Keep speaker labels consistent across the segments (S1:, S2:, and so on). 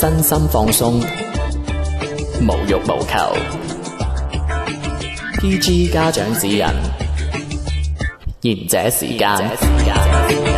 S1: 身心放鬆，無欲無求。PG 家長指引，賢者時間。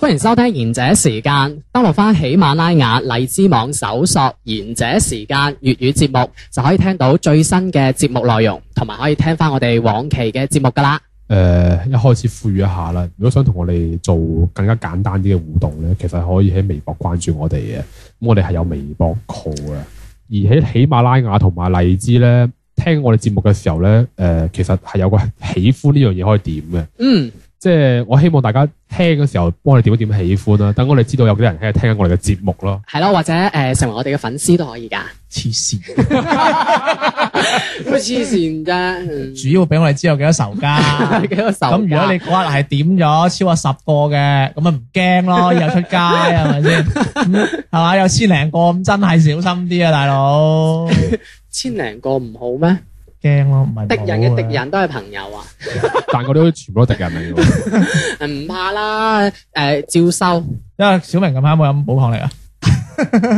S2: 歡迎收聽賢者時間，登錄翻喜馬拉雅、荔枝網搜索賢者時間粵語節目，就可以聽到最新嘅節目內容，同埋可以聽翻我哋往期嘅節目噶啦。
S3: 誒、一開始呼籲一下啦，如果想同我哋做更加簡單啲嘅互動咧，其實可以喺微博關注我哋嘅。咁我哋係有微博號嘅，而喺喜馬拉雅同埋荔枝咧，聽我哋節目嘅時候咧，誒、其實係有個喜歡呢樣嘢可以點嘅。
S2: 嗯，
S3: 即係我希望大家聽嘅時候幫我哋點一點喜歡啦，等我哋知道有幾多人喺度聽緊我哋嘅節目咯。
S2: 係咯，或者誒、呃成為我哋嘅粉絲都可以噶。
S4: 黐線，
S2: 乜 黐線嗯啫？嗯
S4: 主要俾我哋知有幾多仇 家。
S2: 幾多手？
S4: 咁如果你嗰日係點咗超過十個嘅，咁咪唔驚咯，以後出街係咪 先？咁係嘛，有千零個咁真係小心啲啊，大佬
S2: 千零個唔好咩？
S4: 驚咯，唔係
S2: 敵人嘅敵
S4: 冇啊，
S2: 人都係朋友啊，嗯
S3: 但我哋都全部都敵人嚟嘅，
S2: 唔怕啦，誒、照 收
S4: 因為小明咁啱冇飲補抗力啊，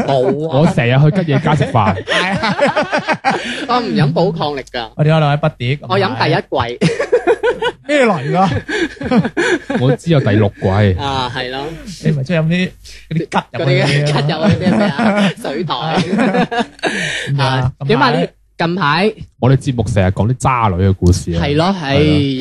S2: 冇
S3: 我
S2: 啊，
S3: 成日去吉野家食飯，
S2: 我唔飲補抗力㗎，
S4: 我點解兩位不跌？
S2: 我飲第一季
S4: 一咩嚟㗎？
S3: 我知有第六季，
S2: 啊，係咯，
S4: 你咪即係飲啲嗰啲吉
S2: 嗰
S4: 入去
S2: 啲
S4: 嗰啲啊
S2: 咳有嗰啲咩 啊，水袋啊，點啊？呢？近排
S3: 我哋節目成日講啲渣女嘅故事啊。
S2: 係咯，哎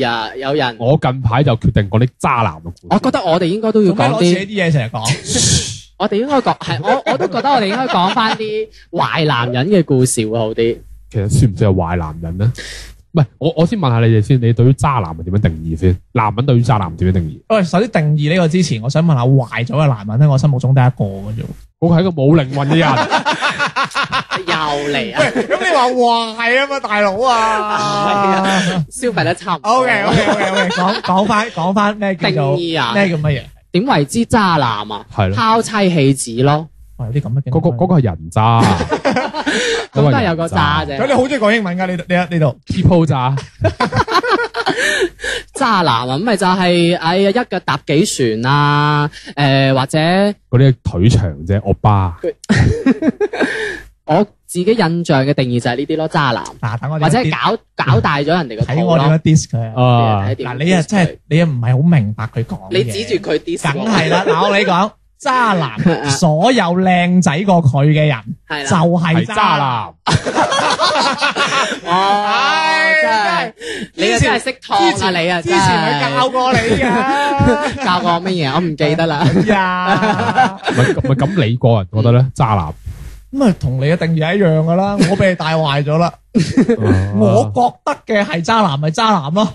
S4: 啊
S2: 呀，有人，
S3: 我近排就決定講啲渣男嘅故事。
S2: 我啊覺得我哋應該都要
S4: 做咩
S2: 講
S4: 攞自己
S2: 啲，
S4: 啲嘢成日講？
S2: 我哋應該講係，我我都覺得我哋應該講翻啲壞男人嘅故事會好啲。
S3: 其實算唔算係壞男人咧？唔係，我我先問下你哋先，你對於渣男係點樣定義先？男人對於渣男點樣定義？
S4: 喂，首先定義呢個之前，我想問下壞咗嘅男人咧，我心目中得一個嘅啫喎。
S3: 嗰個係一個冇靈魂 嘅人，
S2: 又嚟啊！
S4: 咁你話壞啊嘛，大佬啊！係啊。
S2: 消費得差唔多。
S4: O K O K O K O K，講 講翻講翻咩叫
S2: 定
S4: 做
S2: 義啊
S4: 咩叫乜嘢？
S2: 點為之渣男啊？
S3: 係咯，
S2: 拋妻棄子咯，
S4: 哇，哦有啲咁嘅經歷。
S3: 嗰個嗰個係人渣，
S2: 咁都係有個渣
S4: 咁
S2: 啫。
S4: 你好中意講英文㗎？你你呢度
S3: people 渣，
S2: 渣男啊，咁咪就係哎呀一腳踏幾船啊，誒或者
S3: 嗰啲腿長啫，惡霸。
S2: 我自己印象嘅定義就係呢啲咯，渣男
S4: 嗱，啊等我哋
S2: 或者
S4: 有
S2: 係
S4: 啲
S2: 搞搞大咗人哋個
S4: 睇
S2: 肚
S4: 我
S2: 咯哦
S4: 點樣。diss 佢啊！
S3: 啊，
S2: 睇點
S4: 嗱，你啊真係你啊唔係好明白佢講嘅
S2: 你指住佢 diss
S4: 梗
S2: 我
S4: 係啦！嗱，我同你講，渣
S2: 啊
S4: 男所有靚仔過佢嘅人
S2: 係
S4: 就
S2: 啦，
S4: 係
S3: 係
S4: 渣
S3: 渣
S4: 男。
S3: 男，
S2: 哦
S4: 唉
S2: 真係你啊真係識燙啊你啊
S4: 之
S2: 真
S4: 前
S2: 係
S4: 佢教過你 㗎。
S2: 教過我乜嘢？我唔記得啦。
S4: 呀！
S3: 咪咪咁你個人覺得咧，渣 男，
S4: 咁啊，同你嘅定義一樣 㗎啦，我俾你帶壞咗啦。我
S3: 我
S4: 覺得嘅係渣男咪渣男咯，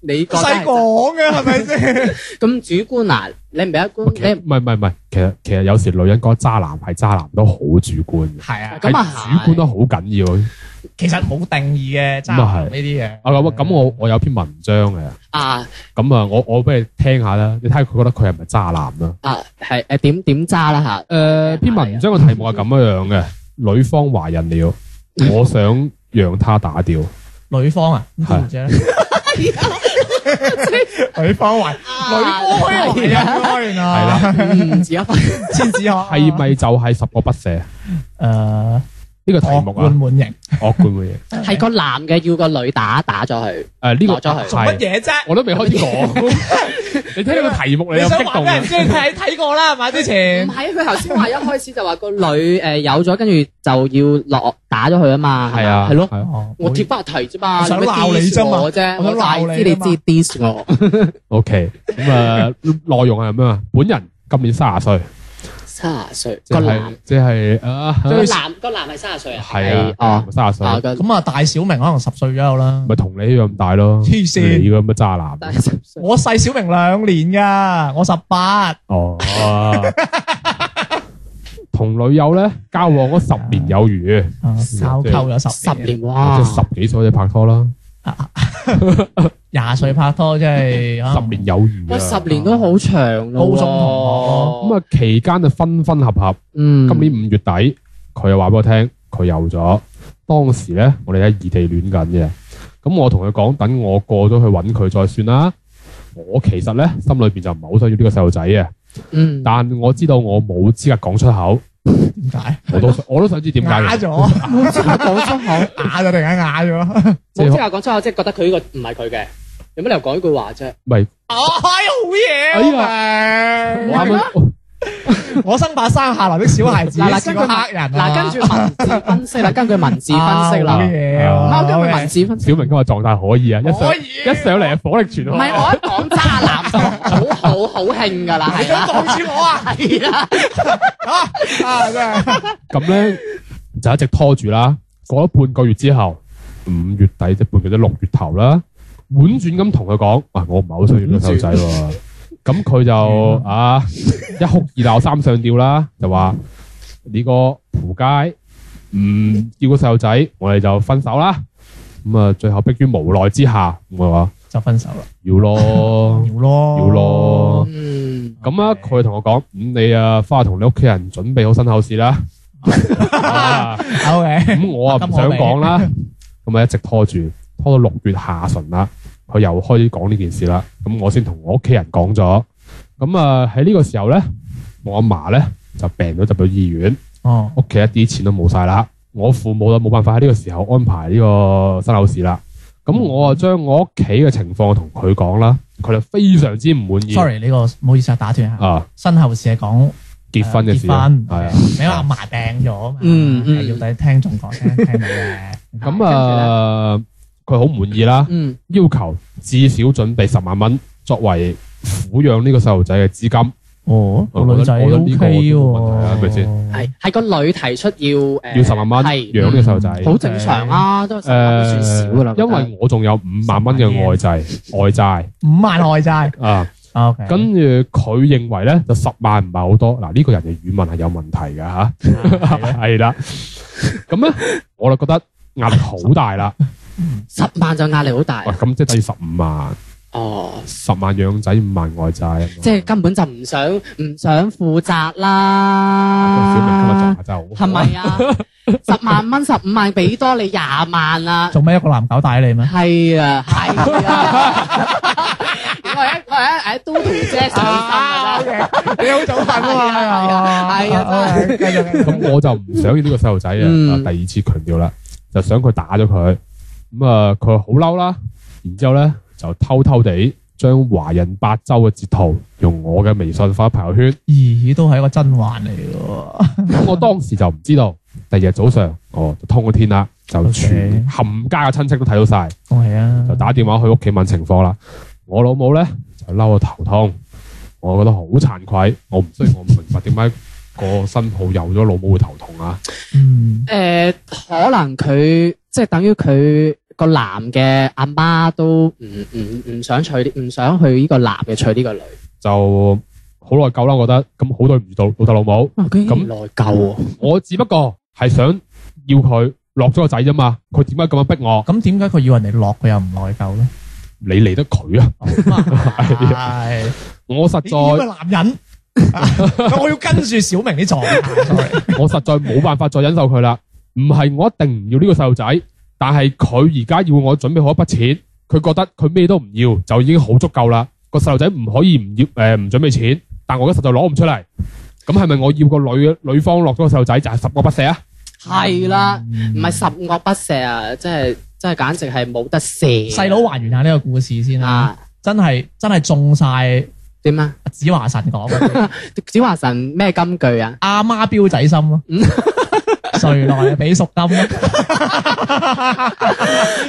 S2: 你覺得
S4: 唔使
S2: 係
S4: 講嘅 係咪先？
S2: 咁主觀啊？你唔俾一觀
S3: 唔係
S2: 你
S3: 唔係唔係，其實其實有時女人覺得渣男係渣男都好主觀嘅，
S4: 係啊，
S2: 咁啊
S3: 係主觀都好緊要。
S4: 其實冇定義嘅渣男呢啲嘢。
S3: 啊咁咁我我有篇文章嘅。
S2: 啊
S3: 咁啊，我我俾你聽下啦，你睇下佢覺得佢係咪渣男啦？
S2: 啊係誒點點渣啦嚇？
S3: 誒、篇文章嘅題目係咁樣嘅，女方懷孕了，我想讓她打掉。
S4: 女方啊，咁點啫？ 女方懷，女方可以懷孕咯，原
S3: 係
S4: 來
S3: 啦，
S2: 唔止一分。
S4: 千子可
S3: 係咪就係十個不捨呢、
S4: 誒
S3: 個題
S4: 惡
S3: 目
S4: 貫
S3: 啊？
S4: 滿盈？
S3: 惡貫嘅嘢。誒、
S2: 係個男嘅要個女打打咗佢，
S3: 呢、個
S2: 落咗去
S4: 做乜
S3: 係
S4: 嘢啫？
S3: 我都未開始講。 你聽呢個題目，你
S4: 你
S3: 有
S4: 想
S3: 激
S4: 玩
S3: 動
S4: 咩？
S3: 啊
S4: 唔？知你睇睇過啦，係咪之
S2: 唔
S4: 前？
S2: 係佢頭先話一開始就話個女誒有咗，跟住就要落打咗佢啊嘛，
S3: 係啊，
S2: 係咯，
S3: 係啊
S4: 哦
S2: 我貼翻題啫
S4: 我
S2: 嘛，
S4: 想
S2: 你咪
S4: 鬧你
S2: diss
S4: 啫嘛
S2: 我啫，
S4: 我想鬧
S2: 就係
S4: 你
S2: 知你
S4: 啫嘛
S2: 知 diss 我，
S3: OK，咁啊，內容係咁樣啊？本人今年三十歲，
S2: 三十歲
S3: 即
S2: 個男
S3: 係即係啊，
S2: 個男個男係三十歲啊，
S3: 係啊
S2: 哦，
S3: 三十歲。
S2: 啊個
S4: 咁啊，大小明可能十歲左右啦。
S3: 咪同你一樣咁大咯，
S4: 黐線
S3: 你咁嘅渣男
S2: 但係十歲
S4: 我細小明兩年噶，我十八。
S3: 哦。同女友咧交往咗十年有餘，
S4: 啊，交溝咗十
S2: 十
S4: 年，
S2: 年哇，
S3: 即係十幾歲就拍拖啦，
S4: 廿歲拍拖，即係可
S3: 十
S4: 能
S3: 年有餘啊。
S2: 喂十年都好長咯喎，
S4: 高中同
S3: 咁啊，期間就分分合合。
S2: 嗯，
S3: 今年五月底，佢又話俾我聽，佢有咗。當時咧，我哋喺異地戀緊嘅。咁我同佢講，等我過咗去揾佢再算啦。我其實咧心裏邊就唔係好想要呢個細路仔嘅，
S2: 嗯，
S3: 但我知道我冇資格講出口，
S4: 點解？
S3: 我都我都想知點解
S4: 啞
S3: 嘅。
S4: 咗，
S2: 冇資格啊 講出口，
S4: 啞咗，突然間啞咗。
S3: 即係
S2: 冇資格講出口，即係覺得佢呢個唔係佢嘅，有乜理由講呢句話啫？
S3: 唔係
S4: 哎，好嘢啊！
S3: 我
S4: 明
S3: 啱哦啱
S4: 我生把生下來的小孩子，
S2: 嗱嗱
S4: 試過黑人啊
S2: 嗱，跟住文字分析啦， 根據文字分析
S4: 啊好
S2: 啦，
S4: 嘢
S2: 唔
S4: 啊
S2: 係根據文字分析。
S3: 小明今日狀態可以啊，一上
S4: 可以
S3: 一上嚟就火力全
S2: 唔
S3: 開。
S2: 係我一講渣 男就好好好興㗎啦，
S4: 你
S2: 係
S4: 咁
S2: 啦，
S4: 擋住我啊！
S2: 係啦，
S4: 啊，真係
S3: 咁咧就一直拖住啦。過咗半個月之後，五月底即係半個月底六月頭啦，婉轉咁同佢講：，啊，我唔係好想要呢個細路仔喎。咁佢就啊 一哭二鬧三上吊啦，就話呢個仆街唔要個細路仔，我哋就分手啦。咁啊，最後迫於無奈之下，我話
S4: 就分手啦，
S3: 要咯，
S4: 要咯，
S3: 要咯。
S2: 嗯，
S3: 咁啊，佢同我講：，咁你啊，翻去同你屋企人準備好身後事啦。 啊
S4: O K，
S3: 咁我啊唔想講啦，咁啊一直拖住，拖到六月下旬啦，佢又開始講呢件事啦，咁我先同我屋企人講咗，咁啊喺呢個時候咧，我阿嫲咧就病咗入咗醫院，
S4: 哦，
S3: 屋企一啲錢都冇晒啦，我父母就冇辦法喺呢個時候安排呢個身後事啦，咁我啊將我屋企嘅情況同佢講啦，佢就非常之唔滿意
S4: sorry，呢個唔好意思啊，打斷下。
S3: 啊
S4: 身後事係講
S3: 結婚嘅事，
S4: 結婚
S3: 係啊。
S4: 你阿嫲病咗嘛，
S2: 嗯嗯
S4: 係要睇聽眾講聽聽到嘅。
S3: 咁啊，佢好滿意啦，
S2: 嗯
S3: 要求至少準備十萬蚊作為撫養呢個細路仔嘅資金，
S4: 哦，個女仔
S3: 我覺得
S4: O
S3: 呢個
S4: K
S3: 都冇問題啊係咪
S4: 喎，
S3: 先
S2: 係係個女提出要誒呃
S3: 要十萬
S2: 係
S3: 蚊
S2: 嗯
S3: 養呢個細路仔。
S2: 好正常啊，都十萬都算少啊㗎啦，
S3: 因為我仲有五萬蚊嘅外債外債
S4: 五萬外債。
S3: 啊，
S4: O K，
S3: 跟住佢認為咧就十萬唔係好多，嗱呢個人嘅語文係有問題㗎吓，
S4: 啊
S3: 係啦，咁咧我就覺得壓力好大啦，
S2: 十萬就壓力好大啊
S3: 喂，咁即係等於十五萬，
S2: 哦。
S3: 十萬養仔五萬外債，
S2: 即係根本就唔想唔想負責啦。
S3: 啊小明今日狀態真係好
S2: 啊係
S3: 好啊，
S2: 咪啊？十萬蚊十五萬俾多你廿萬啦。
S4: 做咩一個男狗帶你咩？
S2: 係啊，係啊。我係一我係一誒都同姐上身
S4: 啊
S2: 㗎啫。
S4: 你好早瞓啊嘛，
S2: 係啊
S4: 係啊，繼續繼續
S3: 咁我就唔想要呢個細路仔啊！
S2: 嗯
S3: 啊第二次強調啦，就想佢打咗佢。咁啊，佢好嬲啦，然之後咧就偷偷地將華人八州嘅截圖用我嘅微信發朋 友圈。
S4: 咦，都係一個真患嚟嘅喎。
S3: 咁我當時就唔知道，第二日早上哦就通咗天啦，就全冚家嘅親戚都睇到晒，
S4: 恭喜啊！
S3: 就打電話去屋企問情況啦。我老母咧就嬲到頭痛，我覺得好慚愧，我唔雖然我唔明白點解個新抱有咗老母會頭痛啊。
S4: 嗯，
S2: 誒，可能佢即係等於佢個男嘅阿媽都唔唔唔想娶呢，唔想去呢個男嘅娶呢個女。
S3: 就好內疚啦，我覺得咁好對唔住到老豆老母，
S2: 哇，佢
S3: 咁
S2: 咁內疚喎。
S3: 我只不過係想要佢落咗個仔啫嘛，佢點解咁樣逼我？
S4: 咁點解佢要人哋落，佢又唔內疚咧？
S3: 你嚟得佢啊！
S4: 係
S3: 我實
S4: 你呢個
S3: 在
S4: 男人，我要跟住小明啲狀態。sorry
S3: 我實在冇辦法再忍受佢啦，唔係我一定唔要呢個細路仔，但係佢而家要我準備好一筆錢，佢覺得佢咩都唔要就已經好足夠啦。個細路仔唔可以唔要誒唔、準備錢，但我而家實在攞唔出嚟，咁係咪我要個女女方落咗個細路仔就係十個不赦啊？
S2: 係啦，唔
S4: 嗯
S2: 係十惡不赦啊！即係即係，簡直係冇得赦。
S4: 細佬還原下呢個故事先啦，
S2: 啊，
S4: 真係真係中晒
S2: 點啊？
S4: 子華神講嘅
S2: 子華神咩金句啊？
S4: 阿媽標仔心咯， 誰來俾贖金咯？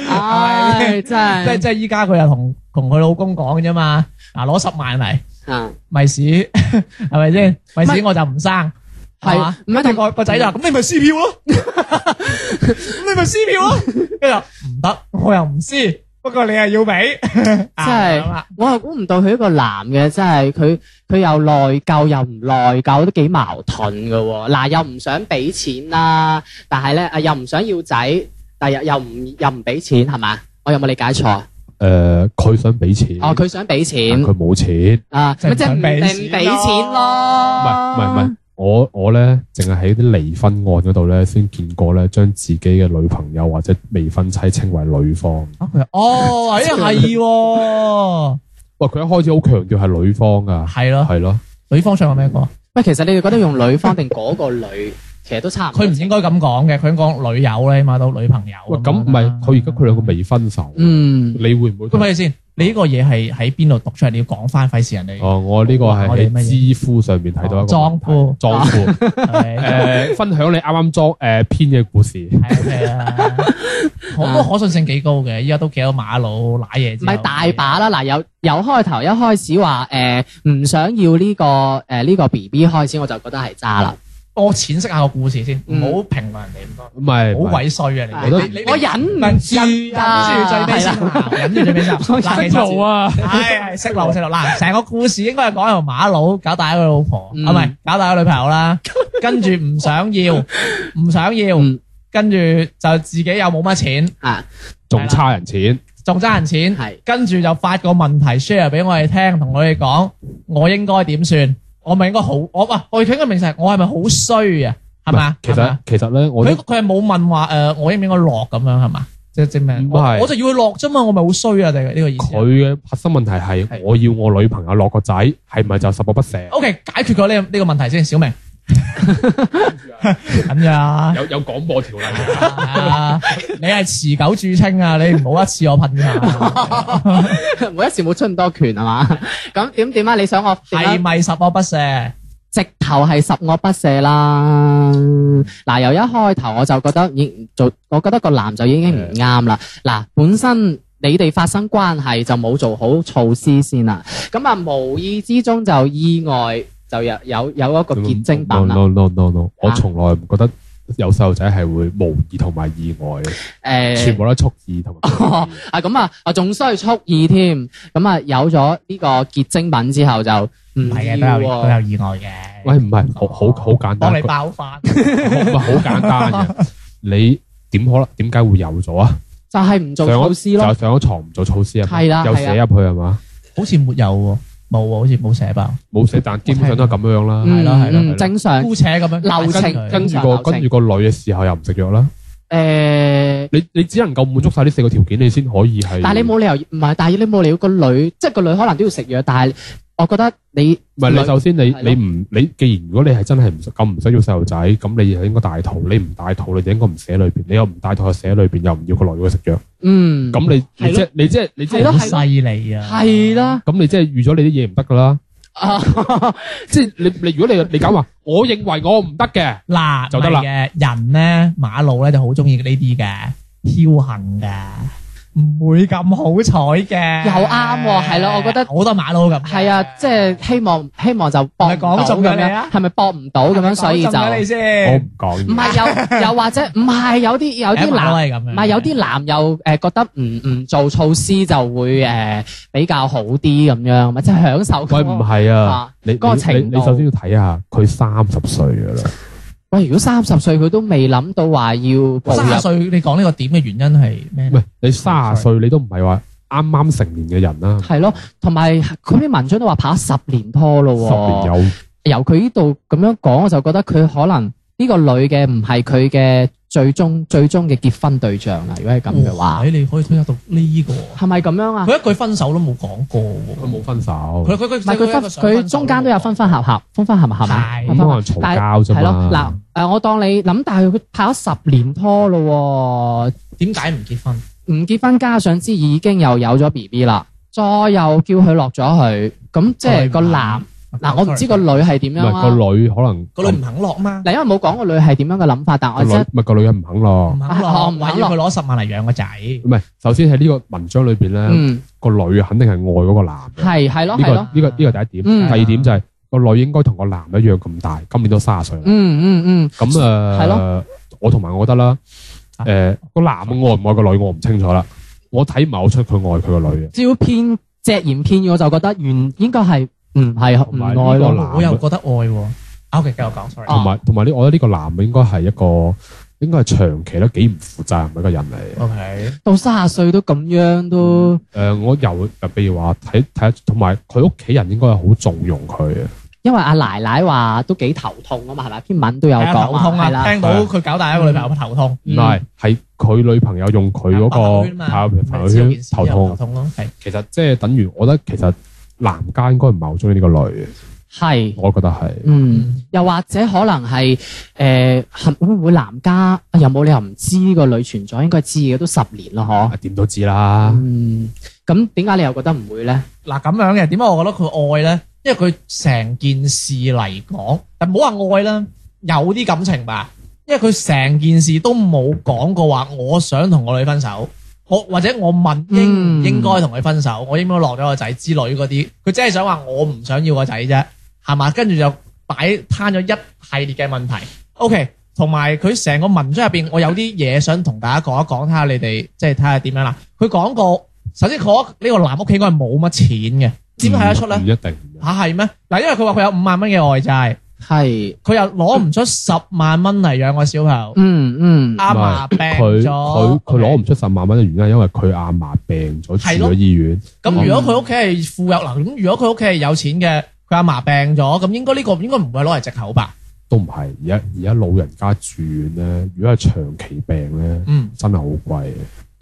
S2: 唉，真
S4: 即係
S2: 係
S4: 即係依家佢又同同佢老公講嘅啫嘛，嗱攞十萬嚟，
S2: 啊，
S4: 咪屎 係咪先？咪
S2: 唔
S4: 屎我就唔生，係嘛
S2: 係？唔係
S4: 跟住
S2: 同
S4: 個個仔就話：咁你咪撕票咯， 咁你咪撕票咯。跟住話唔得，我又唔撕，不過你又要俾，
S2: 真
S4: 啊真
S2: 係我又估唔到佢一個男嘅，真係佢佢又內疚又唔內疚，都幾矛盾噶喎。嗱，又唔想俾錢啦，但係咧啊又唔想要仔，但又又唔又唔俾錢係嘛？我有冇理解錯？
S3: 誒、啊佢想俾錢，
S2: 哦，佢想俾
S3: 但
S2: 錢
S3: 佢冇錢。
S2: 啊，
S4: 即係
S2: 咪
S4: 唔
S2: 即係
S4: 想
S2: 唔
S4: 俾
S2: 唔
S4: 錢
S2: 俾
S4: 咯
S2: 錢
S3: 唔係唔
S4: 啊
S2: 咯？
S3: 係唔係，我我咧淨係喺啲離婚案嗰度咧先見過咧，將自己嘅女朋友或者未婚妻稱為女方。
S4: 啊佢話哦，哎呀係喎，
S3: 喂，佢一開始好強調係女方噶，
S4: 係咯，
S3: 係咯，
S4: 女方想講咩歌？
S2: 喂，其實你哋覺得用女方定嗰個女，其實都差唔多。
S4: 佢唔應該咁講嘅，佢應該講女友咧，起碼都女朋友。
S3: 喂，咁唔係佢而家佢兩個未分手，啊
S2: 嗯，
S3: 你會唔會
S4: 喂，？咪先，你呢個嘢係喺邊度讀出嚟？你要講翻，費事人哋
S3: 哦，我呢個係
S4: 我哋乜
S3: 喺知乎上面睇到一個
S4: 裝褲。
S3: 裝 褲，
S4: 係
S3: 誒，分享你啱啱裝誒編嘅故事，
S4: 係啊，我都可信性幾高嘅，依家都幾多馬佬揦嘢
S2: 唔
S4: 之後。
S2: 係大把啦，嗱，由由開頭一開始話誒唔想要呢個誒呢個 B B 開始，我就覺得係渣啦。
S4: 我淺識下個故事先，唔
S2: 嗯
S4: 好評論人哋咁多，
S3: 唔係
S4: 好鬼衰啊！
S2: 我
S4: 你
S3: 都
S4: 你你
S2: 我忍唔
S4: 忍
S2: 住啊，
S4: 忍住最尾先
S2: 係啦
S4: 鬧，忍住最尾 先鬧。嗱，其實
S3: 啊！
S4: 係係識 路識路嗱，成個故事應該係講由馬佬搞大佢老婆，
S2: 嗯
S4: 啊唔係搞大佢女朋友 啦，跟住唔想要，唔想要
S2: 嗯，
S4: 跟住就自己又冇乜錢，
S2: 啊，
S3: 仲差人錢，
S4: 仲爭人錢，
S2: 係
S4: 跟住就發個問題 share 俾我哋聽，同我哋講我應該點算，我咪應該好我哇，我哋應該明實我係咪好衰啊？係嘛？
S3: 其
S4: 係咪
S3: 實其實咧，我
S4: 佢
S3: 都
S4: 佢係冇問話誒、呃我應唔應該落咁樣係嘛？即係證明
S3: 唔
S4: 我
S3: 係
S4: 我就要佢落啫嘛，我咪好衰啊！就係呢個意思。
S3: 佢嘅核心問題係
S4: 係
S3: 我要我女朋友落個仔，係咪就十惡不赦？
S4: O、k 解決咗呢呢個問題先，小明。咁呀，
S3: 有有廣播條例㗎
S4: 啊你係持久著稱啊！你唔好一次我噴㗎，
S2: 每一次冇出咁多拳係嘛？咁點點啊？你想我點啊
S4: 係咪十惡不赦？
S2: 直頭係十惡不赦啦！嗱，由一開頭我就覺得已經做，我覺得個男就已經唔啱啦。嗱，本身你哋發生關係就冇做好措施先啦，咁啊無意之中就意外就有有有一個結晶啊品啦。
S3: No no no no no，我從來唔覺得有細路仔係會無意同埋意外嘅，全
S2: 誒
S3: 部都係蓄意同 埋。
S2: 啊咁啊啊仲衰蓄意添，咁啊有咗呢個結晶品之後就嗯唔
S4: 唔係嘅，
S2: 要
S4: 都有都
S2: 喎
S4: 有意外嘅。
S3: 喂，唔係，好好好簡單
S4: 幫你
S3: 一個，
S4: 爆翻，
S3: 好好簡 單嘅。你點可能？點解會有咗啊？
S2: 就係唔做
S3: 上咗
S2: 措施咯
S3: 就。上咗床唔做措施啊嘛？
S2: 係啦
S3: 又寫入去係嘛？
S4: 好似沒有喎，冇喎，好似冇寫爆，
S3: 冇寫，但基本上都係咁樣啦。
S2: 嗯
S4: 係咯係咯
S2: 嗯
S3: 係咯
S2: 正常。
S4: 姑且咁樣
S2: 流程
S4: 解釋佢
S3: 跟住
S2: 正
S3: 個
S2: 常流程
S3: 跟住個女嘅事後又唔食藥啦。
S2: 誒。
S3: 你你只能夠滿足晒呢四個條件，你先可以係。
S2: 但係你冇理由唔係，但係你冇理由個女，即係個女可能都要食藥，但係我覺得你
S3: 唔係你
S2: 女
S3: 首先你
S2: 係
S3: 你
S2: 咯
S3: 唔你既然如果你係真係唔咁唔想要細路仔，咁你就應該大肚。你唔大肚，你就應該唔寫裏邊。你又唔大肚，又寫裏邊，又唔要個女嘅食藥。
S2: 嗯
S3: 咁你你
S2: 係
S3: 即
S2: 咯
S3: 係你即係你即
S2: 係咯
S3: 係
S4: 好犀利啊！
S2: 係，啦，
S3: 咁你即係預咗你啲嘢唔得㗎啦。
S2: 啊
S3: 即係你你如果你你敢話，我認為我唔得嘅，
S4: 嗱
S3: 就得啦
S4: 唔係嘅人咧，馬路咧就好中意呢啲嘅僥倖嘅，唔會咁好彩嘅。
S2: 又啱喎係咯我覺得
S4: 好多馬路咁嘅。
S2: 係啊，即係希望希望就搏唔到
S4: 係咪講中
S2: 咁
S4: 咗你
S2: 樣
S4: 啊，
S2: 係咪搏唔到咁樣，所以就
S4: 講中咗你
S2: 唔
S3: 我
S4: 先
S3: 唔講嘢。
S2: 係又又或者唔係有啲有啲
S4: 馬路
S2: 男。
S4: 係咁樣，
S2: 唔係有啲男又誒覺得唔唔做措施就會誒比較好啲咁樣，咪即係享受
S3: 喂，
S2: 嗰個
S3: 唔係啊
S2: 啊，
S3: 你你
S2: 嗰個程
S3: 你你
S2: 度
S3: 首先要睇下佢三十歲㗎啦，
S2: 喂，如果三十歲佢都未諗到話要步
S4: 三十
S2: 入，
S4: 歲，你講呢個點嘅原因係咩
S3: 唔？係你三十歲你都唔係話啱啱成年嘅人啦，
S2: 係咯，同埋佢啲文章都話拍咗十年拖咯
S3: 十
S2: 喎，
S3: 年有
S2: 由佢呢度咁樣講，我就覺得佢可能呢個女嘅唔係佢嘅最終最終嘅結婚對象啊啦。如果係咁嘅
S4: 哇
S2: 話，
S4: 咦你可以推測到呢個喎，
S2: 係咪咁樣啊？
S4: 佢一句分手都冇講過喎。
S3: 佢冇分手，
S4: 佢佢佢
S2: 唔係佢分佢中間都有分分合合，分分合合係咪？
S3: 咁可
S4: 係
S2: 分分合
S3: 能嘈交啫
S2: 係咯，嗱
S3: 嘛。，
S2: 誒，我當你諗，但係佢拍咗十年拖咯
S4: 點解唔結婚？
S2: 喎，唔結婚加上之已經又有咗 B B 啦，再又叫佢落咗佢，咁即係個男嗱，我唔知個女係點
S3: 唔
S2: 樣啊
S3: 係
S2: 啦。
S3: 個女可能
S4: 個女唔肯落嘛，
S2: 嗱，因為冇講個女係點樣嘅諗法，但
S3: 個
S2: 我
S3: 女
S2: 即係
S3: 唔係個女係唔肯
S4: 唔
S3: 咯。
S4: 肯
S2: 啊
S4: 落，
S2: 我唔肯
S4: 話要佢攞十萬嚟養個仔。
S3: 唔係，首先喺呢個文章裏邊咧，
S2: 嗯，
S3: 個女肯定係愛嗰個男嘅。
S2: 係係咯
S3: 呢
S2: 係
S3: 個
S2: 咯
S3: 呢。個呢個第一點，
S2: 嗯
S3: 第二點就係個女應該同個男一樣咁大，今年都三十歲啦。
S2: 嗯嗯嗯，
S3: 咁誒，
S2: 係
S3: 咯，我同埋我覺得啦，
S4: 啊
S3: 誒個男愛唔愛個女我唔清楚啦，我睇唔係好出佢愛佢個女嘅。
S2: 照片隻言片語我就覺得原應該係唔係
S3: 同
S2: 唔
S3: 埋
S2: 愛
S3: 呢個
S2: 咯，
S3: 男
S4: 我又覺得愛喎。啊 OK，繼續講，sorry。
S2: 啊
S3: 同埋同埋呢，我覺得呢個男嘅應該係一個應該係長期都幾唔負責任嘅一個人嚟嘅。誒、
S4: OK，
S2: 到三十歲都咁樣都
S3: 嗯呃我由譬如話睇睇，同埋佢屋企人應該係好重用佢嘅，啊
S2: 因為阿奶奶話都幾頭痛啊嘛，係咪？篇文都有
S4: 係
S2: 講
S4: 啊頭
S2: 話
S4: 痛
S2: 係
S4: 啊，
S2: 啦，
S4: 聽到佢搞大一個女朋友頭痛，
S3: 唔係，係佢女朋友用佢嗰
S4: 嗯朋友
S3: 個
S4: 圈嘛
S3: 朋友朋友
S4: 咪知道件
S3: 圈
S4: 事
S3: 頭
S4: 之後
S3: 痛，
S4: 頭痛咯，係
S3: 其實即係等於，我覺得其實男家應該唔係好中意呢個女，
S2: 係
S3: 我覺得係。
S2: 嗯，又或者可能係誒係嗯會唔會男家啊有冇理由唔知個女存在？應該知嘅，都十年咯，嗬。
S3: 啊點都知啦，
S2: 嗯，咁點解你又覺得唔會咧？
S4: 嗱咁樣嘅。點解我覺得佢愛咧？因為佢成件事嚟講，但唔好話愛啦，有啲感情吧。因為佢成件事都冇講過話，我想同我女分手，我或者我問應唔
S2: 嗯
S4: 應該同佢分手，我應唔應該落咗個仔之類嗰啲，佢真係想話我唔想要個仔啫，係嘛？跟住就擺攤咗一系列嘅問題。OK，同埋佢成個文章入邊，我有啲嘢想同大家講一講，睇下你哋即係睇下點樣啦。佢講過，首先佢呢個男屋企應該係冇乜錢嘅，點睇得出咧
S3: 嗯唔？一定。
S4: 嚇係咩？嗱，因為佢話佢有五萬蚊嘅外債，
S2: 係，
S4: 佢又攞唔出十萬蚊嚟養個小朋友。
S2: 嗯嗯，
S4: 阿嫲病
S3: 佢
S4: 咗，
S3: 佢佢攞唔出十萬蚊嘅原因係因為佢阿嫲病咗
S4: 係
S3: 住
S4: 咯
S3: 咗醫院，
S4: 咁如果佢屋企係富有嗱，咁如果佢屋企係有錢嘅，佢阿嫲病咗，咁應該呢個應該唔會攞嚟藉口吧？
S3: 都唔係。而家而家老人家住院咧，如果係長期病咧，
S4: 嗯，
S3: 真係好貴嘅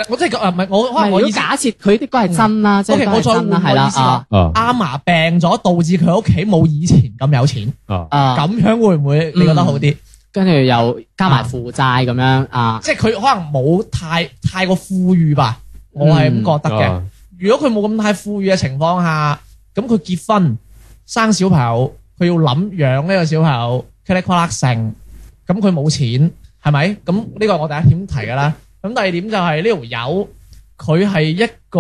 S4: 我即係啊，唔係我
S2: 唔
S4: 可
S2: 係
S4: 能
S2: 如
S4: 我
S2: 果
S4: 意思
S2: 假設佢啲歌係真啦，即係
S4: OK，
S2: 都
S4: 我
S2: 係
S4: 再
S2: 真啦，
S4: 換個
S2: 係啦
S4: 意思啦
S2: 啊
S3: 啊
S4: 阿嫲病咗，導致佢屋企冇以前咁有錢，
S3: 啊！
S2: 啊。
S4: 咁樣會唔會你覺得好啲？
S2: 跟住又加
S4: 啊
S2: 埋負債咁樣啊，
S4: 即係佢可能冇太太過富裕吧，我係咁覺得嘅。
S3: 啊
S4: 如果佢冇咁太富裕嘅情況下，咁佢結婚生小朋友，佢要諗養呢個小朋友，佢咧跨成，咁佢冇錢，係咪？咁呢個我第一點提㗎啦。咁第二點就係呢條友，佢係一個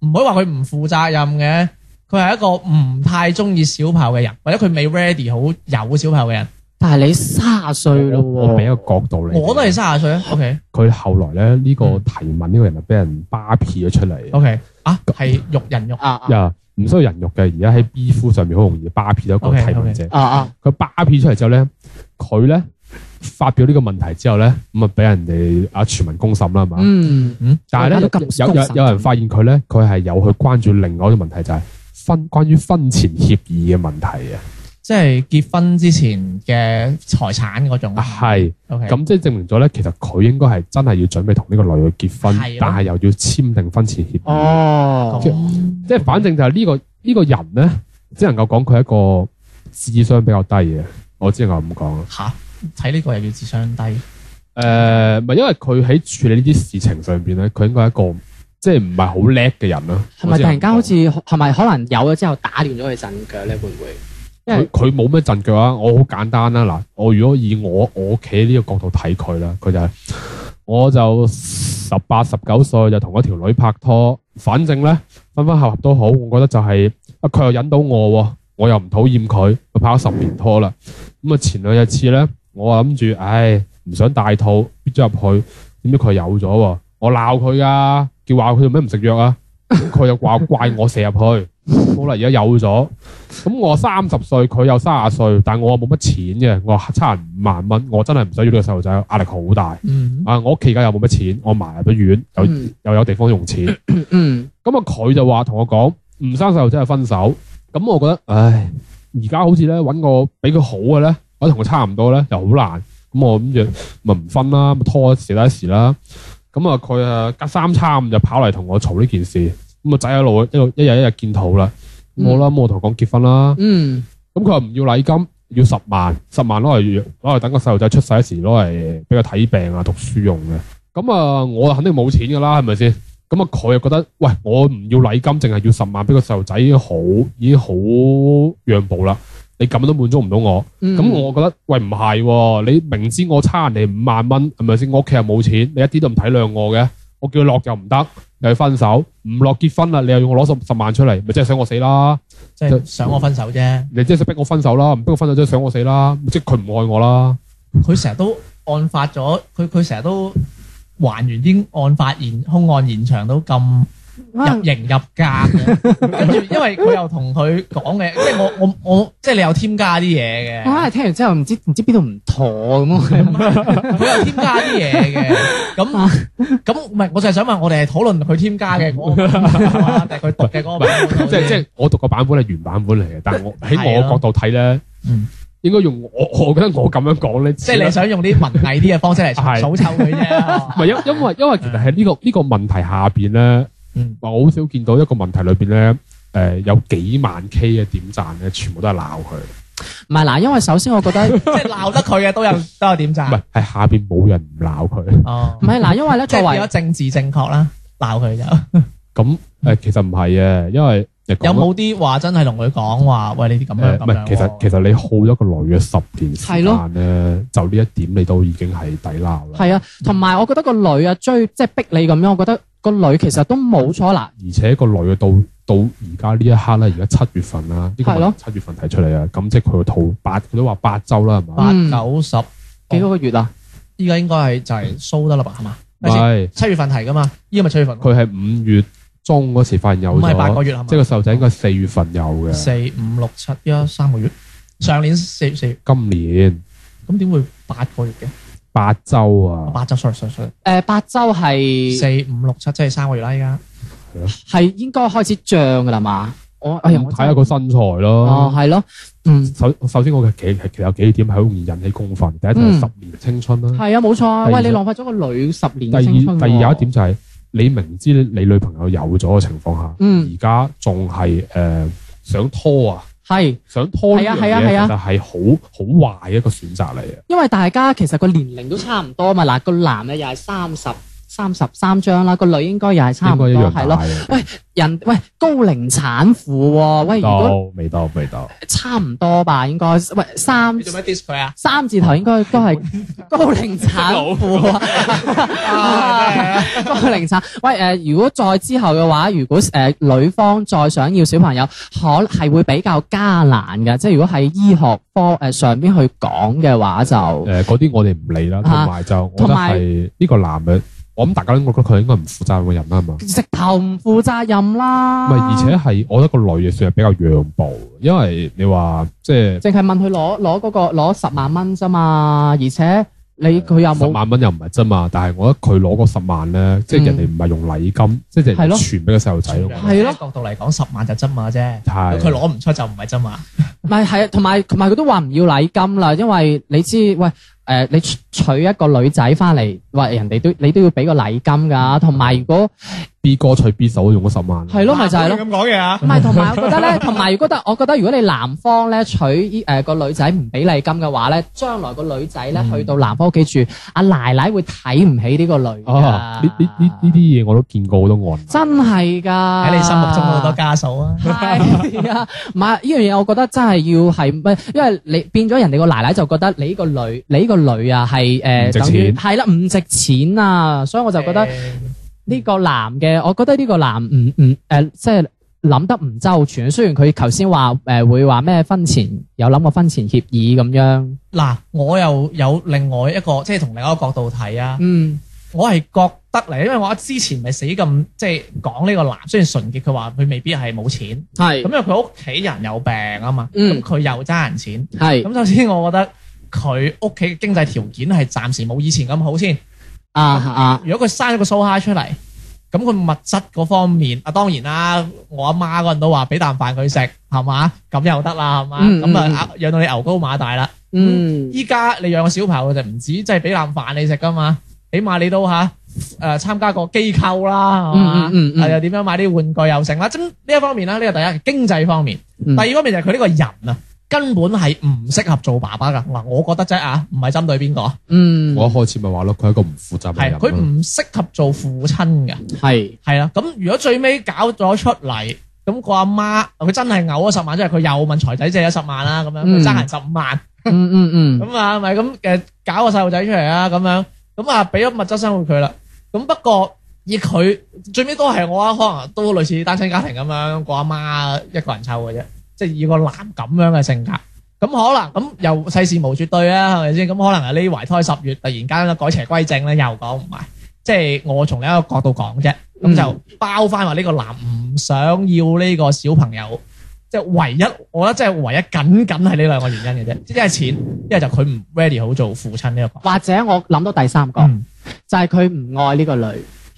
S4: 唔可以話佢唔負責任嘅，佢係一個唔太中意小朋友嘅人，或者佢未 ready 好有小朋友嘅人。
S2: 但係你卅歲咯
S3: 我我俾一
S2: 喎，
S3: 個角度你，
S4: 我都係三十歲啊。OK
S3: 佢後來咧呢個提問呢個人啊就俾人巴撇咗出嚟，
S4: OK 啊，係肉人肉。
S2: 啊啊
S3: 呀唔需要人肉嘅，而家喺 B 夫上面好容易巴撇咗一個
S4: OK，
S3: 提問者。
S2: 啊啊，
S3: 佢巴片出嚟之後咧，佢咧發表呢個問題之後咧，咁啊俾人哋啊全民公審啦，係嘛？
S2: 嗯，
S3: 但係咧
S2: 我覺得咁
S3: 有有
S2: 公審
S3: 有人發現佢咧，佢係有去關注另外一個問題，就係、婚關於婚前協議嘅問題啊。
S4: 即係結婚之前嘅財產嗰種。
S3: 啊係
S4: O K，
S3: 咁即係證明咗咧，其實佢應該係真係要準備同呢個女去結
S4: 係
S3: 婚
S4: 咯，
S3: 但係又要簽訂婚前協議。
S2: 哦，
S3: 即係反正就係呢、個呢、個人咧，只能夠講佢係一個智商比較低嘅，我只能夠咁講。
S4: 吓睇呢個又要智商低，
S3: 誒、呃唔係因為佢喺處理呢啲事情上邊咧，佢應該係一個即係唔係好叻嘅人啦。
S2: 係咪突然間好
S3: 我
S2: 似
S3: 只
S2: 係咪可能有咗之後打亂咗佢陣腳咧？會唔會？因
S3: 能
S2: 為
S3: 咁講佢佢冇咩陣腳啊？我好簡單啦，嗱，我如果以我我屋企呢個角度睇佢啦，佢就係、我就十八十九歲就同嗰條女拍拖，反正咧分分合合都好，我覺得就係、啊佢又引到我喎，我又唔討厭佢，佢拍咗十年拖啦。咁啊前兩日次咧，我啊諗住唉唔想大肚，逼咗入去，點知佢有咗喎，我鬧佢噶，叫話佢做咩唔食藥啊？咁佢又話 怪我射入去，好啦而家有咗，咁我三十歲，佢有三十歲，但我冇乜錢嘅，我差人五萬蚊，我真係唔想要呢個細路仔，壓力好大。
S4: 嗯，
S3: 啊！我屋企而家又冇乜錢，我埋入咗院，又、
S2: 嗯
S3: 又有地方用錢。
S2: 嗯嗯
S3: 咁啊，佢就話同我講唔生細路仔係分手。咁我覺得，唉，而家好似咧揾個比佢好嘅咧，或者同佢差唔多咧，又好難。咁我諗住咪唔分啦，咪拖一時得一時啦。咁啊，佢啊隔三差五就跑嚟同我嘈呢件事。咁個仔一路一路一日一日見肚啦。咁好啦，咁我同佢講結婚啦。
S2: 嗯，
S3: 咁佢話唔要禮金，要十萬，十萬攞嚟攞嚟等個細路仔出世嗰時攞嚟俾佢睇病啊、讀書用嘅。咁啊，我肯定冇錢㗎啦，係咪先？咁啊，佢又覺得，喂，我唔要禮金，淨係要十萬俾個細路仔已經好，已經好讓步啦。你咁都滿足唔到我，咁、
S2: 咁
S3: 我覺得，喂，唔係喎，你明知我差人哋五萬蚊，係咪先？我屋企又冇錢，你一啲都唔體諒我嘅，我叫佢落又唔得，又要分手，唔落結婚啦，你又要我攞十十萬出嚟，咪即係想我死啦！
S4: 即係想我分手啫。
S3: 你即係想逼我分手啦，唔逼我分手即係想我死啦，即係佢唔愛我啦。
S4: 佢成日都案發咗，佢佢成日都還原啲案發現兇案現場都
S3: 啊
S4: 咁入型入格嘅。跟住因為佢又同佢講嘅，即係我我我即係你有添加啲嘢
S3: 啊
S2: 我
S4: 嘅，
S2: 係聽完之後唔知唔知邊度唔妥 咁
S4: 佢有添加啲嘢嘅。咁咁唔係，我就係想問，我哋係討論佢添加嘅 嗰個版本啊定係佢讀嘅嗰個版本
S3: 即係即係我讀個版本係原版本嚟嘅，但係我喺
S4: 係
S3: 我
S4: 啊
S3: 角度睇咧
S4: 嗯，
S3: 應該用我 我覺得我咁樣講咧，
S4: 即係你想用啲文藝啲嘅方 式嚟
S3: 係
S4: 數湊佢啫
S3: 唔。係因因為因為其實喺呢 個呢個問題下邊咧，
S4: 嗯
S3: 我好少見到一個問題裏邊咧，誒有幾萬 K 嘅點讚咧，全部都係鬧佢，
S2: 唔
S3: 唔
S2: 係嗱，因為首先我覺得 唔
S4: 即係鬧得佢嘅都有都有點贊
S3: 係。係下邊冇人唔鬧佢。
S4: 哦，
S2: 係嗱，因為咧
S4: 即
S2: 作
S4: 係
S2: 為
S4: 變咗政治正確啦，鬧佢就
S3: 咁誒其實唔係嘅，因為
S4: 有冇啲話真係同佢講話，喂
S2: 啊
S4: 你啲
S3: 誒
S4: 咁樣咁
S3: 呃唔
S4: 樣喎。
S3: 係其實其實你耗咗個女嘅十年時
S2: 哦係咯
S3: 間咧，就呢一點你都已經係抵鬧啦。
S2: 係啊，同埋我覺得個女啊追即係逼你咁樣，我覺得個女其實都冇錯啦。
S3: 而且個女嘅到到而家呢一刻咧，而家七月份啦，呢個
S2: 係咯
S3: 問題七月份提出嚟啊，咁即係佢個肚八，佢都話八周啦，係嘛？
S4: 八
S2: 嗯
S4: 九十，
S2: 幾多個月啊？
S4: 依家應該係就係蘇得啦吧，係嘛？
S3: 唔係，
S4: 七月份提噶嘛，依家咪七月份，
S3: 佢係五月中嗰時發現有
S4: 唔係八個
S3: 咗，
S4: 月係嘛？
S3: 即係個細路仔應該四月份有嘅，
S2: 嗯
S4: 四五六七一三個月，上年四四月，
S3: 今年
S4: 咁點會八個月嘅？
S3: 八周啊，
S4: 八周 sorry sorry sorry，
S2: 誒八周係
S4: 四五六七即係三個月啦，依家
S2: 係應該開始漲噶啦嘛？我哎呀，我
S3: 哦睇
S2: 真係
S3: 下個身材
S2: 哦
S3: 咯。
S2: 係咯，嗯
S3: 首首先我嘅其其其實有幾點係好容易引起公憤，第一就
S2: 嗯
S3: 係十年青春啦，
S2: 係啊冇錯啊！
S3: 第二
S2: 喂，你浪費咗個女十年嘅
S3: 第二
S2: 青春喎
S3: 第二有一點就係你明知你女朋友有咗嘅情況下，
S2: 嗯
S3: 而家仲係誒想拖啊。
S2: 係
S3: 想拖呢樣
S2: 係啊係啊
S3: 嘢，其實係好好壞嘅一個選擇嚟嘅。
S2: 因為大家其實個年齡都差唔多嘛，嗱個男嘅又係三十三十三張啦，個女應該又係差唔多
S3: 應該一樣
S2: 係
S3: 大
S2: 咯。
S3: 嘅。
S2: 人喂高齡產婦喎，喂
S3: 未
S2: 如
S3: 到
S2: 果
S3: 未到未到，
S2: 差唔多吧，應該喂三
S4: 你做咩 diss 佢啊？
S2: 三字頭應該都係 高齡產婦啊， 高齡產喂誒、呃如果再之後嘅話，如果誒、呃女方再想要小朋友，可係會比較艱難嘅，即係如果喺醫學科誒、呃上邊去講嘅話就
S3: 誒嗰啲我哋唔理啦，同
S2: 啊
S3: 埋就我覺得
S2: 同埋
S3: 係呢個男嘅，我諗大家都覺得佢應該唔負責任嘅人啦係嘛。
S2: 直頭唔負責任
S3: 唔
S2: 啦，
S3: 係，而且係我覺得個女嘅算係比較讓步，因為你話即係
S2: 淨係問佢攞攞嗰個攞十萬蚊咋嘛，而且你佢又
S3: 十
S2: 冇。
S3: 萬蚊又唔係啫嘛，但係我覺得佢攞嗰十萬咧，即係人哋唔係用禮金，即係人
S2: 係咯
S3: 哋傳俾個細路仔咯。
S2: 係啊咯
S4: 角度嚟講，十萬就真碼啫，
S3: 係
S4: 佢攞唔出就唔係真碼。
S2: 唔係係啊，同埋同埋佢都話唔要禮金啦，因為你知喂誒、呃你娶娶一個女仔翻嚟，喂人哋都你都要俾個禮金㗎，同埋如果
S3: B 哥娶 B 嫂用嗰十萬，
S2: 係咯，啊咪就係
S4: 嗱
S2: 咯。
S4: 咁講嘢啊
S2: 唔！係，同埋我覺得 咧，同埋如果得，我覺得如果你男方咧娶依誒個女仔唔俾禮金嘅話咧，將來個女仔
S3: 嗯
S2: 咧去到男方屋企住，阿奶奶會睇唔起呢個女㗎
S3: 啊！呢呢呢呢啲嘢我都見過好多案例。
S2: 真係㗎。喺
S4: 喺你心目中好多家嫂啊！
S2: 係啊，唔係呢樣嘢，我覺得真係要係咩？因為你變咗人哋個奶奶就覺得你呢個女，你呢個女啊係誒，
S3: 唔值
S2: 等於
S3: 錢
S2: 係啦，唔值錢啊，所以我就覺得呢個男嘅，我覺得呢個男唔唔誒，呃即係諗得唔周全。雖然佢頭先話誒會話咩婚前有諗過婚前協議咁樣，
S4: 嗱，我又有另外一個，即係從另一個角度睇啊。
S2: 嗯
S4: 我係覺得嚟，因為我之前咪死咁即係講呢個男，雖然純潔，佢話佢未必係冇錢，咁
S2: 係
S4: 因為佢屋企人有病啊嘛，
S2: 嗯
S4: 咁佢又爭人錢，
S2: 係
S4: 咁首先我覺得佢屋企嘅經濟條件係暫時冇以前咁好先。
S2: 啊啊
S4: 如果佢生咗個蘇蝦出嚟，咁佢物質嗰方面啊，當然啦，我阿媽嗰陣都話俾啖飯佢食，係嘛，咁又得啦，係嘛，
S2: 嗯
S4: 咁
S2: 嗯
S4: 啊養到你牛高馬大啦。
S2: 嗯
S4: 依家你養個小朋友就唔止，即係俾啖飯你食噶嘛，起碼你都嚇誒參加個機構啦，係嘛
S2: 嗯？嗯嗯嗯
S4: 啊又點樣買啲玩具又成啦？咁呢一方面啦，呢個第一經濟方面，
S2: 嗯
S4: 第二方面就係佢呢個人啊，根本係唔適合做爸爸噶。嗱，我覺得啫啊，唔係針對邊個，
S2: 嗯，
S3: 我一開始咪話咯，佢係一個唔負責任嗯
S4: 係
S2: 啊
S3: 嘅人
S4: 啊
S3: 咯。
S4: 佢唔適合做父親嘅，
S2: 係
S4: 係啦。咁如果最尾搞咗出嚟，咁個阿媽佢真係嘔咗十萬之後，佢又問財仔借咗十萬啦，咁樣
S2: 嗯
S4: 佢爭人十五萬。
S2: 嗯嗯嗯
S4: 咁啊，咪咁誒搞個細路仔出嚟啊，咁樣咁啊，俾咗物質生活佢啦。咁不過以佢最尾都係我啊，可能都類似單親家庭咁樣，個阿媽一個人湊嘅啫，即係以個男咁樣嘅性格。咁可能咁又世事無絕對啊，係咪先？咁可能係呢懷胎十月，突然間改邪歸正咧，又講唔埋。即係我從另一個角度講啫，咁就包翻話呢個男唔想要呢個小朋友，即即係唯一，我覺得即係唯一僅僅係呢兩個原因嘅啫，一係錢，一係就佢唔 ready 好做父親呢個角色。
S2: 或者我諗到第三個，
S4: 嗯
S2: 就係佢唔愛呢個女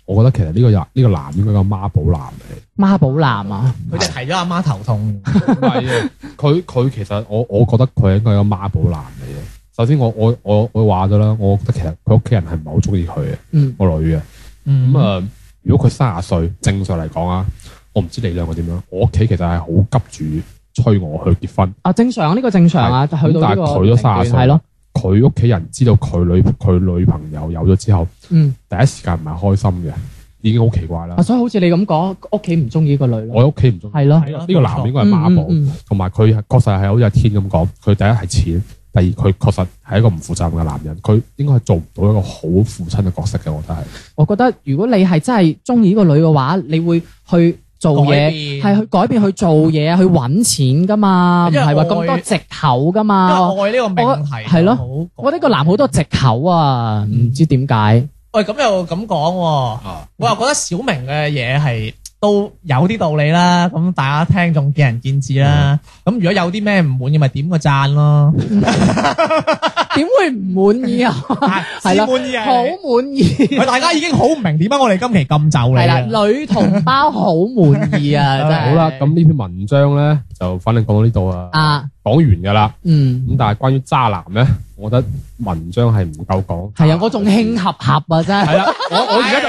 S3: 我覺得其實呢個呢、個男應該個媽寶男 嚟。
S2: 孖寶男啊，
S4: 佢就提咗阿媽頭痛，
S3: 唔係啊，佢佢其實我我覺得佢應該係個媽寶男嚟嘅。首先我我我我話咗啦，我覺得其實佢屋企人係唔係好中意佢嘅
S2: 嗯，
S3: 個女嘅。
S4: 嗯
S3: 咁啊、如果佢卅歲，正常嚟講啊，我唔知你兩個點樣。我屋企其實係好急住催我去結婚。
S2: 啊正常呢個正常啊，去到呢
S3: 但係
S2: 個
S3: 佢都卅歲
S2: 係咯，
S3: 佢屋企人知道佢女佢女朋友有咗之後，
S2: 嗯，
S3: 第一時間唔係開心嘅，已經好奇怪啦
S2: 啊。所以好似你咁講，屋企唔中意個女咯，
S3: 我屋企唔中意
S2: 係咯，
S4: 係咯
S3: 呢個男應該係媽寶，
S2: 嗯嗯嗯
S3: 同埋佢確實係好似阿天咁講，佢第一係錢，第二佢確實係一個唔負責任嘅男人，佢應該係做唔到一個好父親嘅角色嘅，我覺得係。
S2: 我覺得如果你係真係中意呢個女嘅話，你會去做
S4: 改
S2: 嘢，
S4: 變
S2: 係去改變去做嘢，啊去揾錢噶嘛，唔
S4: 因為
S2: 係話
S4: 愛
S2: 咁多藉口噶嘛。
S4: 因為愛呢個命題
S2: 啊我係咯
S4: 好廣
S2: 我覺得個男好多藉口啊，唔知點解。
S4: 喂咁又咁講喎。
S3: 啊，
S4: 我又覺得小明嘅嘢係都有啲道理啦，咁大家聽眾見仁見智啦。咁如果有啲咩唔滿意，咪點個讚咯。
S2: 點會唔滿意啊？係啦
S4: 係滿意啊
S2: 好
S4: 你
S2: 滿意。
S4: 喂，大家已經好唔明點解我哋今期咁就你
S2: 係
S4: 啊
S2: 啦，女同胞好滿意啊，真係。
S3: 好啦，咁呢篇文章咧就反正講到呢度啊，
S2: 啊，
S3: 講完㗎啦。
S2: 嗯，
S3: 咁但係關於渣男咧，我覺得文章係唔夠講。
S2: 係啊，我仲興合合啊，真
S3: 係
S2: 係。
S3: 啦，我我而家就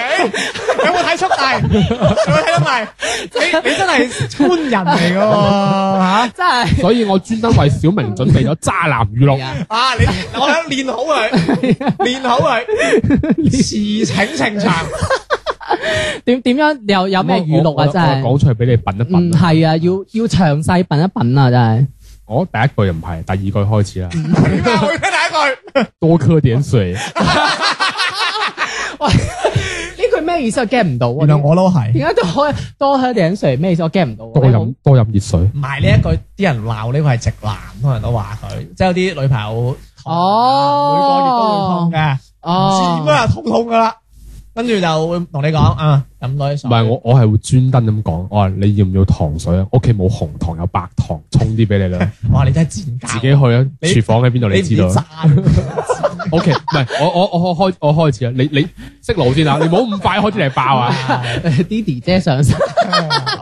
S4: 有冇睇出嚟？有冇睇得埋？你你真係村人嚟噶喎
S2: 真係
S3: 所以我專登為小明準備咗渣男語
S2: 係
S3: 錄。
S2: 啊
S4: 啊！你我想練好佢，練好佢，事情情長。
S2: 點點樣又 有咩語錄啊？真
S3: 我我
S2: 係。
S3: 我講出嚟俾你品一
S2: 唔
S3: 品啊。
S2: 係啊，要要詳細品一品啊，真係。
S3: 我第一句又唔係，第二句開始啦。
S2: 嗯
S4: 點解我聽第
S3: 多喝點水。
S2: 呢句咩意思？我 get 唔到
S4: 一句？原來
S2: 啊！
S4: 我都係。
S2: 點解多多喝點水咩意 思？我 get 唔到啊。
S3: 多飲多飲熱水，
S4: 唔係呢一句，啲人鬧呢個係直男，通常都話佢，即係有啲女朋友痛
S2: 哦
S4: 每個月都會痛嘅，唔知點
S2: 哦，
S4: 啊解痛痛噶啦，跟住就會同你講啊，飲多啲
S3: 唔
S4: 水。
S3: 係我我係會專登咁講，我話你要唔要糖水啊？屋企冇紅糖有白糖，沖啲俾 你啦，
S4: 哇！你真係賤格，
S3: 自己去啊！
S4: 你
S3: 廚房喺邊度
S4: 你
S3: 你
S4: 唔
S3: 知
S4: 知
S3: 道
S4: 渣
S3: 啊。O K，唔係我我我我開我開始啊！你你識路先啊啦，你唔好咁快開始嚟爆 啊！
S4: À.
S2: Didi 姐上身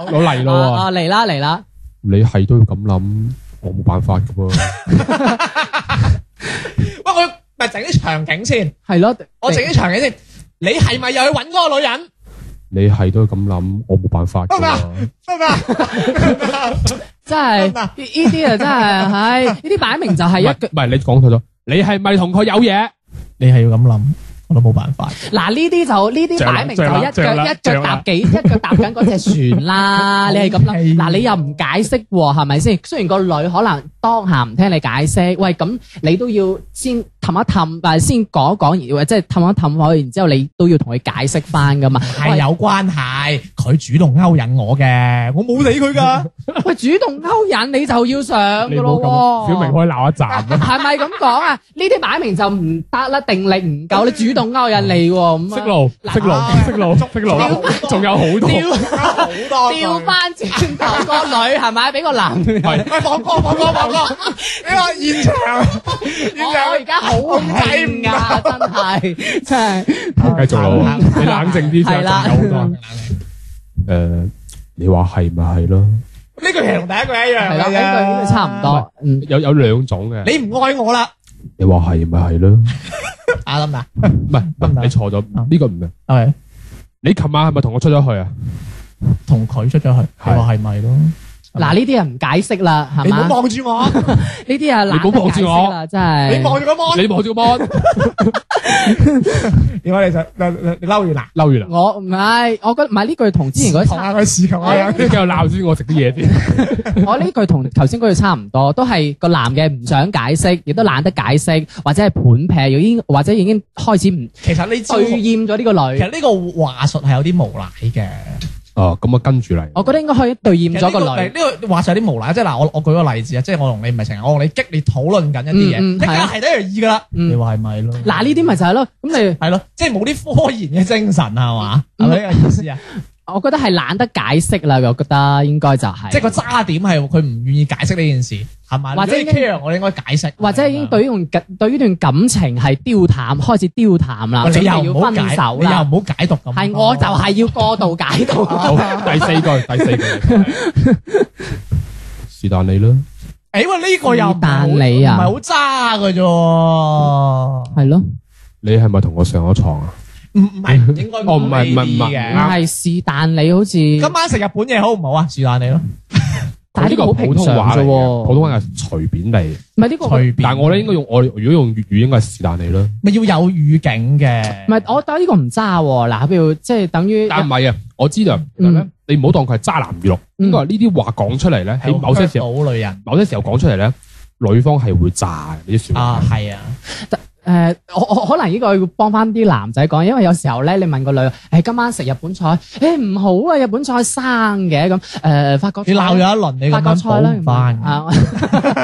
S3: 我嚟
S2: 啊
S3: 咯喎，
S2: 啊嚟啦嚟啦！
S3: 你係都要咁諗，我冇辦法噶噃。
S4: 喂，我咪整啲場景先，
S2: 係咯，
S4: 我整啲場景先。你係咪又去揾嗰個女人？
S3: 你係都要咁諗，我冇辦法噶喎。
S4: 得唔得？
S2: 真係
S4: 真啊
S2: 呢啲啊真係，唉，呢啲擺明就係
S3: 唔係
S2: 一句
S3: 唔係，你講錯咗。你係咪同佢有嘢？
S4: 你係要咁諗，我都冇辦法。
S2: 嗱呢啲就呢啲
S3: 着啦
S2: 擺明就
S3: 着啦
S2: 一
S3: 着
S2: 腳
S3: 啦
S2: 一腳搭幾一腳搭緊嗰隻船 啦，你係咁諗，嗱你又唔解釋喎，係咪先？雖然個女可能當下唔聽你解釋，喂咁你都要先氹一氹，但係先講一講，或者係氹一氹佢，然之後你都要同佢解釋翻噶嘛。
S4: 係有關係，佢主動勾引我嘅，我冇理 佢㗎。
S2: 喂，主動勾引你就要上
S3: 你
S2: 噶
S3: 唔
S2: 咯
S3: 好咁，
S2: 喎，
S3: 小明可以鬧一站啊！
S2: 係咪咁講啊？呢啲擺明就唔得啦，定力唔夠，你主動勾引你喎，
S3: 識
S2: 咁啊
S3: 路，識路，識路，識
S4: 仲有好
S3: 路，
S4: 多
S3: 仲有好多。
S4: 好多
S2: 調翻轉頭個女係咪俾個男？
S3: 係
S4: 喂，放歌，放歌，放歌！你話現場，現
S2: 我我哦而
S4: 場
S2: 家好興㗎，真係真係
S3: 繼續啦喎，你冷靜啲
S2: 係啦
S3: 先，仲有好多。誒，你話係咪係咯？
S4: 呢句係同第啊一句一樣
S2: 係
S4: 嘅
S2: 啦，呢
S4: 啫
S2: 句呢句差唔多，嗯，
S3: 有有兩種嘅。
S4: 你唔愛我啦，
S3: 你話係咪係咯？唔
S4: 啊得唔得？
S3: 係，唔
S4: 得唔
S3: 係
S4: 得
S3: 你錯咗，呢個唔係。
S4: 係
S3: 你琴晚係咪同我出咗去啊？
S4: 同佢出咗去，你話係咪咯？
S2: 嗱呢啲啊唔解釋啦，係
S4: 你唔
S2: 嘛？
S4: 好
S2: 呢
S4: 望住我，
S2: 啲啊
S3: 你唔好望住我
S2: 懶得解釋啦，真係
S4: 你望住個 mon，
S3: 你望住個 mon
S4: 點解你想你你你嬲完啦？
S3: 嬲完啦，
S2: 我唔係，我覺得唔係呢句同之前嗰啲
S4: 同
S2: 差
S4: 下佢試求
S2: 係
S4: 下
S2: 啊
S3: 你繼續鬧先，我食啲嘢先。
S2: 我呢句同頭先嗰句差唔多，都係個男嘅唔想解釋，亦都懶得解釋，或者係盤劈，已經或者已經開始唔
S4: 其實呢招，
S2: 最
S4: 其
S2: 厭咗呢個女。
S4: 實呢個話術係有啲無賴嘅。
S3: 哦，咁啊，跟住嚟。
S2: 我覺得應該可以對
S4: 其
S2: 厭
S4: 實
S2: 咗
S4: 呢
S2: 個
S4: 個
S2: 女
S4: 呢。個話術有啲無賴，即係嗱，我我舉個例子啊，即係我同你唔係成日，我同你激烈討論緊一啲嘢，
S2: 嗯嗯
S4: 你梗
S2: 係啊
S4: 係得一樣意噶啦，
S2: 嗯
S4: 你話係咪咯？
S2: 嗱呢啲咪就係咯，咁你
S4: 係咯，即係冇啲科研嘅精神係嘛？係咪呢個意思啊？
S2: 我覺得係懶得解釋啦，我覺得應該就係、
S4: 即係個渣點係佢唔願意解釋呢件事，係咪？
S2: 或者
S4: 如果你 care，我哋應該解釋。
S2: 或者已經對呢段感對呢段感情係丟淡，開始丟淡啦，
S4: 喂
S2: 準
S4: 你
S2: 備
S4: 又唔
S2: 要
S4: 好
S2: 分
S4: 解，
S2: 手
S4: 你又
S2: 啦。
S4: 唔好啊解讀咁多。
S2: 係我就係要過度解讀，
S3: 好，第四句，第四句，是但你啦。
S4: 誒哎喂，呢個又唔係好
S2: 是但你啊
S4: 唔係好渣嘅啫喎。
S2: 係咯，
S3: 你係咪同我上咗床啊？
S4: 唔唔係唔應該
S3: 哦唔係唔係唔係
S2: 唔
S3: 啱
S4: 嘅。
S2: 係是但你好似，
S4: 今晚食日本嘢好唔好啊？是但你咯，
S2: 但係呢
S3: 呢
S2: 個好
S3: 個普
S2: 平
S3: 通
S2: 常
S3: 話
S2: 啫
S3: 嚟嘅，
S2: 喎，
S3: 普通話係隨便你。
S2: 唔係呢個
S4: 隨便。
S3: 但係我咧應該用我如果用粵語應該係是但你啦。
S2: 嗯
S4: 咪要有語境嘅。
S2: 唔係，我覺得呢個唔渣喎。嗱，譬如即係等於
S3: 但唔係啊，我知
S2: 嗯
S3: 道，但咧你唔好當佢係渣男語錄，應該係呢啲話講出嚟咧，喺某些時候，
S4: 好女人
S3: 某些時候講出嚟咧，女方係會炸嘅呢啲説
S4: 啊
S3: 話。，
S4: 係啊，
S2: 誒，我我可能呢個要幫翻啲男仔講，因為有時候咧，你問個女，誒今晚食日本菜，誒唔好啊，日本菜生嘅咁，誒法國菜
S4: 你鬧咗一輪，你
S2: 法
S4: 咁
S2: 國
S4: 樣
S2: 菜啦
S4: 補唔，翻，
S2: 啊，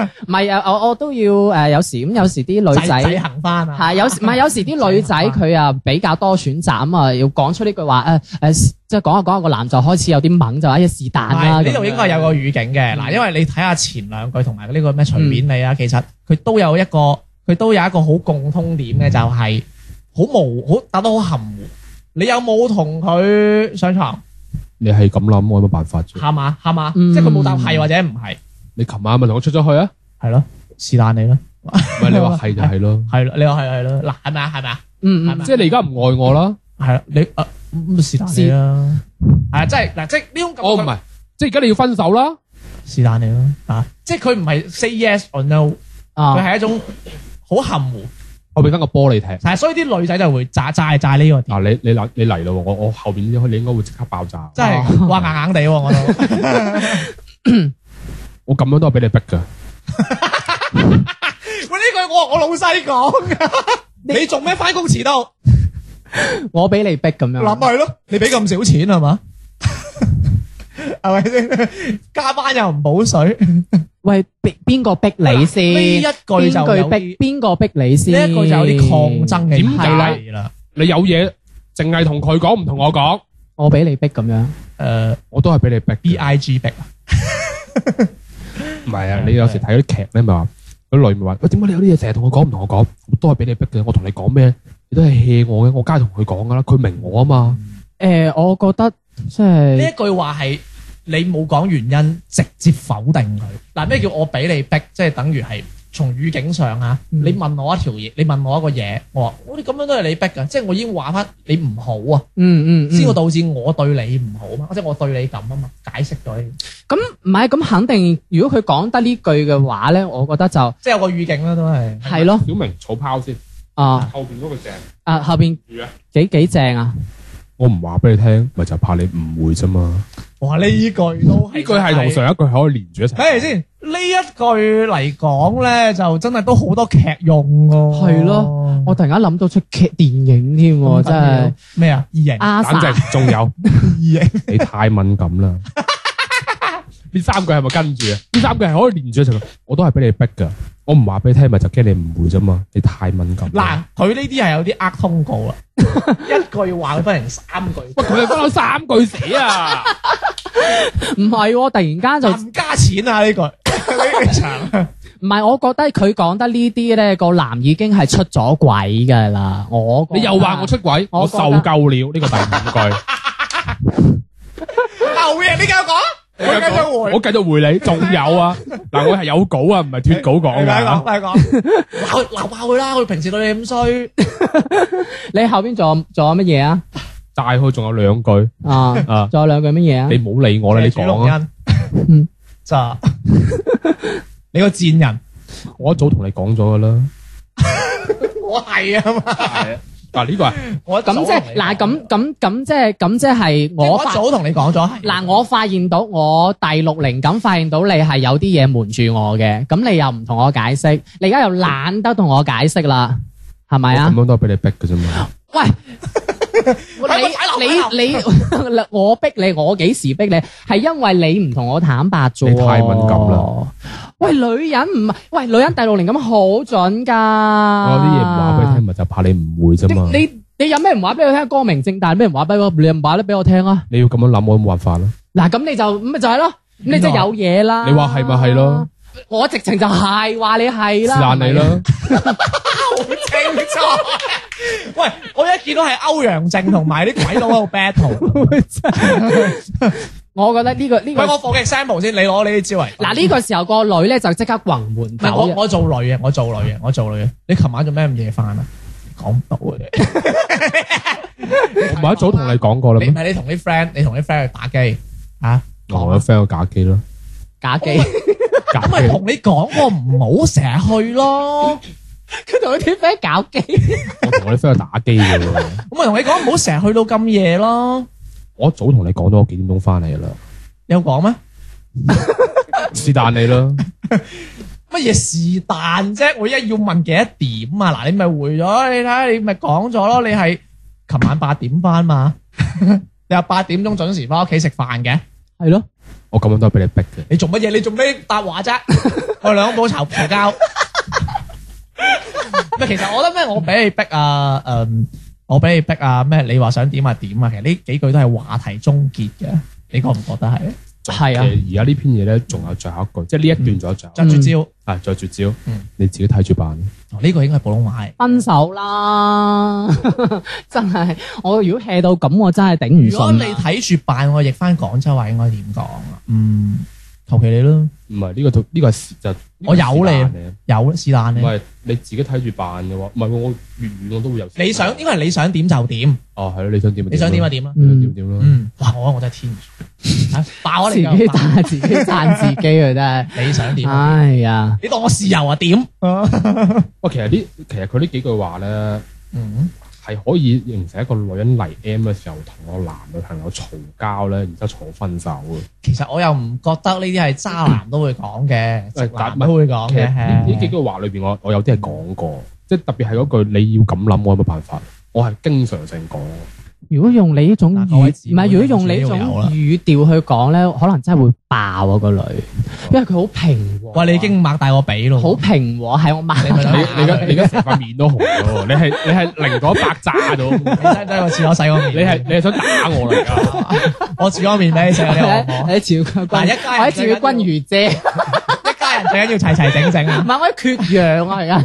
S2: 唔係啊，我我都要誒有時咁，有時啲女
S4: 仔
S2: 仔。
S4: 行翻啊，
S2: 係有 時唔係有時啲女仔佢啊比較多選擇咁啊，要講出呢句話誒誒，即係講下講下個男就開始有啲猛，就話哎呀是但
S4: 唔係
S2: 啦。
S4: 呢度應該有個語境嘅嗱，因為你睇下前兩句同埋呢個咩隨便你啊，其實佢都有一個佢都有一個好共通點嘅，就係好模糊，好打得好含糊。你有冇同佢上床？
S3: 你係咁諗，我有乜辦法啫？
S4: 係嘛係嘛，
S2: 嗯
S4: 啊即係佢冇答係或者唔係，
S3: 你琴晚咪同我出咗去啊？
S4: 係咯，是但你咯，
S3: 唔係你
S2: 啊
S3: 話係就 係咯，
S4: 係咯，你話係係咯，嗱係咪啊係咪啊？
S2: 嗯
S4: 係
S2: 嗯
S4: 咪
S3: 即係你而家唔愛我啦。
S4: 係啦，你啊咁是但你啦，係啊，即係嗱，即係呢種感覺。
S3: 哦我唔係，即係而家你要分手啦。
S4: 是但你咯，啊，即係佢唔係 say yes or no，佢
S2: 啊
S4: 係一種好含糊，
S3: 我俾翻個波你踢。
S4: 但係所以啲女仔就會炸炸炸呢個
S3: 嗱，
S4: 點，
S3: 啊你你嚟你嚟咯，我我後邊你應該會即刻爆炸。
S4: 即係哇硬硬地喎我 都，
S3: 我咁樣都係俾你逼㗎。
S4: 喂呢句我我老細講噶，你做咩翻工遲到？
S2: 我俾你逼咁樣。
S4: 諗係咯，你俾咁少錢係嘛？係咪先？加班又唔補水，
S2: 喂，邊邊個逼你先？
S4: 呢一句就
S2: 邊句
S4: 有
S2: 逼
S4: 啲，
S2: 邊個逼你先？
S4: 呢一句就有啲抗爭嘅
S3: 點
S4: 意
S3: 解
S4: 味啦。
S3: 你有嘢淨係同佢講，唔同我講，
S2: 我俾你逼咁樣，
S4: 誒
S3: 我都係俾你
S4: ，B
S3: 逼㗎。
S4: I G 逼啊，
S3: 唔係啊，你有時睇啲劇咧，咪話嗰女咪話：喂，點解你有啲嘢成日同我講，唔同我講？我都係俾你逼嘅。我同你講咩，你都係 hea 我嘅。我梗係同佢講㗎啦，佢明我啊嘛。
S2: 诶、我覺得即
S4: 呢
S2: 係
S4: 一句話係你冇講原因，直接否定佢。嗱，咩叫我俾你逼？即係等於係從語境上啊，
S2: 嗯
S4: 你問我一條嘢，你問我一個嘢，我話我哋咁樣都係你逼㗎，即係我已經話翻你唔好啊，
S2: 嗯嗯，
S4: 先會
S2: 道。
S4: 導致我對你唔好嘛，即係我對你咁啊嘛，解釋咗呢，
S2: 咁唔係咁肯定，如果佢講得呢句嘅話咧，我覺得就
S4: 即係有個語境啦，都係
S2: 係咯，
S3: 小明草拋先，
S2: 啊
S3: 後邊嗰個正
S2: 啊後边
S3: 魚啊！
S2: 幾幾正啊！
S3: 我唔話俾你聽，咪就係怕你誤會啫嘛。
S4: 哇！呢句都呢
S3: 呢句係同上一句可以連住一齊。
S4: 睇嚟先，呢一句嚟講咧，就真係都好多劇用喎。
S2: 係咯我突然間諗到出劇電影添喎，真係
S4: 咩啊？異形
S2: 阿
S3: 簡
S2: sa
S3: 直仲有。
S4: 異形。
S3: 你太敏感 啦！呢三句係咪跟住啊？呢三句係可以連住一齊嘅。我都係俾你逼噶，我唔話俾你聽，咪就驚你誤會啫嘛。你太敏感。
S4: 嗱，，佢呢啲係有啲呃通告 啦，一句話佢分成三句，
S3: 喂，佢係分咗三句寫啊！
S2: 唔係喎，突然間就
S4: 唔加錢 啊呢句，呢句長
S2: 唔係，我覺得佢講得呢啲咧，個男已經係出咗軌㗎啦。我覺得
S3: 你又話我出軌，
S2: 我
S3: 我
S2: 覺
S3: 受
S2: 得
S3: 夠了。呢個第五句，
S4: 牛嘢，你繼續講，我繼續 回
S3: 我。繼續回你。仲有 啊，嗱，我係有稿啊，唔係脱稿講
S4: 你繼續講，
S3: 㗎。
S4: 你繼續講，鬧鬧爆佢啦！佢平時對你咁衰，
S2: 你後邊仲有仲有乜嘢啊？
S3: 大概仲有兩句
S2: 啊，
S3: 啊，
S2: 仲有兩句乜嘢啊？
S3: 你唔好理我啦，你
S4: 謝主隆
S3: 講啊。
S4: 恩
S2: 嗯，
S4: 咋？你個賤人，
S3: 我一早同你講咗㗎啦。
S4: 我係啊嘛，
S3: 係啊，嗱呢個係
S4: 我一早
S2: 咁即
S4: 同
S2: 係
S4: 你
S2: 嗱，咁
S4: 講
S2: 咁咁即係咁即係我
S4: 我一
S2: 發
S4: 早同你講咗，係
S2: 嗱，我發現到我第六靈感發現到你係有啲嘢瞞住我嘅，咁你又唔同我解釋，你而家又懶得同我解釋啦，係咪
S3: 我
S2: 啊
S3: 咁？樣都係俾你逼嘅啫嘛。
S2: 喂，
S4: 我
S2: 你你你 我逼你，我幾時逼你？係因為你唔同我坦白啫喎。
S3: 你太敏感啦。
S2: 喂，女人唔係，喂，女人第六靈感好準㗎。
S3: 我有啲嘢唔話俾你聽，咪就怕你誤會啫嘛。
S2: 你你你有咩唔話俾佢聽？光明正大，咩唔話俾我？你唔話得俾我聽啊！
S3: 你要咁樣諗，我都冇辦法啦。
S2: 嗱，咁你就咁咪就係咯，咁你即係有嘢啦。
S3: 你話係咪係咯？
S2: 我直情就係話你係
S3: 是
S2: 啦。
S3: 但你
S2: 係咪啊
S3: 啦，
S4: 清楚。喂，我一見到係歐陽靖同埋啲鬼佬喺度 battle。
S2: 我覺得呢個呢
S4: 喂，
S2: 個
S4: 我放 example 先，你攞呢啲招嚟。
S2: 嗱呢個時候個女咧就即刻宏門
S4: 唔係我
S2: 走嘅。
S4: 我做女嘅，我做女嘅，我做女嘅。你琴晚做咩咁夜飯啊？講唔到嘅，
S3: 我唔係一早同你講過啦
S4: 你唔
S3: 咩？
S4: 係你同啲 friend，你同啲 friend 去打機啊？
S3: 我同我 friend 有假機啦，
S2: 假 機，
S3: 假
S4: 咁咪
S3: 機
S4: 同你講過唔好成日去咯，
S2: 佢同佢啲 friend 搞基，
S3: 我同我啲 friend 有打機嘅喎。
S4: 咁咪同你講唔好成日去到咁夜咯。
S3: 我一早同你講咗我幾點鐘翻嚟啦，
S4: 有講咩？
S3: 是但你啦。
S4: 乜嘢是但啫？我一要問幾多點啊？嗱，你咪回咗，你睇下你咪講咗咯。你係琴晚八點翻嘛？ 你話八點鐘準時翻屋企食飯嘅，
S2: 係咯。
S3: 我咁樣都係俾你逼嘅。
S4: 你做乜嘢？你做咩答話啫？我哋兩個冇嘈嘈交。唔係其實我覺得咩？我俾你逼啊，誒、我俾你逼啊，咩？你話想點啊點啊？其實呢幾句都係話題終結嘅，你覺唔覺得係？
S2: 係啊，
S3: 其實而家呢篇嘢咧，仲有最後一句，即係呢一段仲有最後一句，
S4: 就絕招。
S3: 係再絕招
S4: 嗯，
S3: 你自己睇住辦。
S4: 哦呢、個應該係普通話嚟。
S2: 分手 啦！真係，我如果 hea 到咁，我真係頂唔
S4: 如果你
S2: 順啦。
S4: 睇住扮，我譯翻廣州話應該點講啊？嗯，求其你咯，
S3: 唔係呢個套呢個係事就
S4: 我有你
S3: 你，
S4: 有是但
S3: 唔
S4: 你。
S3: 係你自己睇住辦嘅話，唔係我粵語我都會有。
S4: 你想應該係你想點就點，
S3: 哦係咯，你想點咪
S4: 你想
S3: 點
S4: 點就
S3: 啊？
S4: 點啦。
S3: 你想點點咯。
S4: 嗯，哇！我我真係天才，啊爆我
S2: 自
S4: 嚟
S2: 己
S4: 㗎！
S2: 打自己讚自己啊！真係，
S4: 你想點？
S2: 哎呀，
S4: 你當我豉油啊點？
S3: 喂，其實呢其實佢呢幾句話咧。
S4: 嗯，
S3: 係可以形成一個女人嚟 M 嘅時候，同個男女朋友嘈交咧，然之後嘈分手嘅。
S4: 其實我又唔覺得呢啲係渣男都會講嘅，直
S3: 喂
S4: 男都會講
S3: 其實
S4: 嘅。
S3: 呢呢幾句話裏邊，我我有啲係講過，即係特別係嗰句你要咁諗，我有乜辦法？我係經常性講，
S2: 如果用你呢種
S4: 嗱
S2: 語，
S4: 各位姊
S2: 唔
S4: 妹
S2: 係如果用你呢種
S4: 有啦
S2: 語調去講咧，可能真係會爆啊個女，因為佢好平和。
S4: 喂，你已經擘大我髀咯，
S2: 好平和，係我慢
S4: 你咪
S3: 你
S4: 等
S3: 你而家你而家成塊面都紅咗，你係你係零到一百炸到，
S4: 你真係我廁所洗我面，
S3: 你係你係想打我嚟㗎？
S4: 我廁所面俾你食，啊你好唔好
S2: 喺趙君，
S4: 嗱一家人
S2: 我喺趙君如姐，唔
S4: 一家人最緊要齊齊整整啊！
S2: 係我喺缺氧啊而家，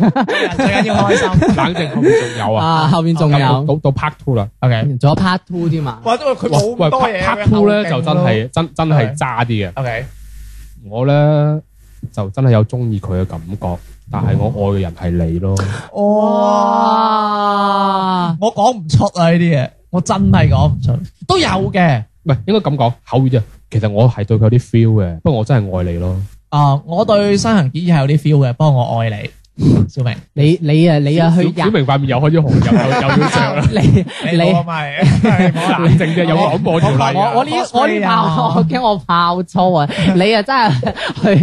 S4: 最緊要開 心。
S3: 冷靜後面仲有啊，
S2: 啊後面仲
S3: 咁
S2: 有，
S3: 到到 part two 啦。
S4: O K，
S2: 仲有 part two 添啊嘛，
S4: 哦哇，因為佢
S3: 喂
S4: 冇
S3: 喂
S4: 咁多嘢
S3: ，part two 咧就真係真真係渣啲嘅。
S4: O K，
S3: 我咧就真係有中意佢嘅感覺，但係我愛嘅人係你咯。
S2: 哇！
S4: 哇！我講唔出啊呢啲嘢，我真係講唔出，都有嘅。
S3: 唔係應該咁講口語啫。其實我係對佢有啲 feel 嘅，不過我真係愛你咯。
S4: 啊，我對新行結衣係有啲 feel 嘅，不過我愛你，小明。
S2: 你你啊你啊去
S3: 小小
S2: 日，
S3: 明塊面又開始紅，又又又 要唱啦。
S2: 你你。
S4: 咪
S3: 冷靜啫，有廣播條例
S2: 我
S3: 啊
S2: 我呢我呢
S4: Cosplay
S2: 炮
S4: 啊
S2: 我驚我炮粗啊！你啊真係去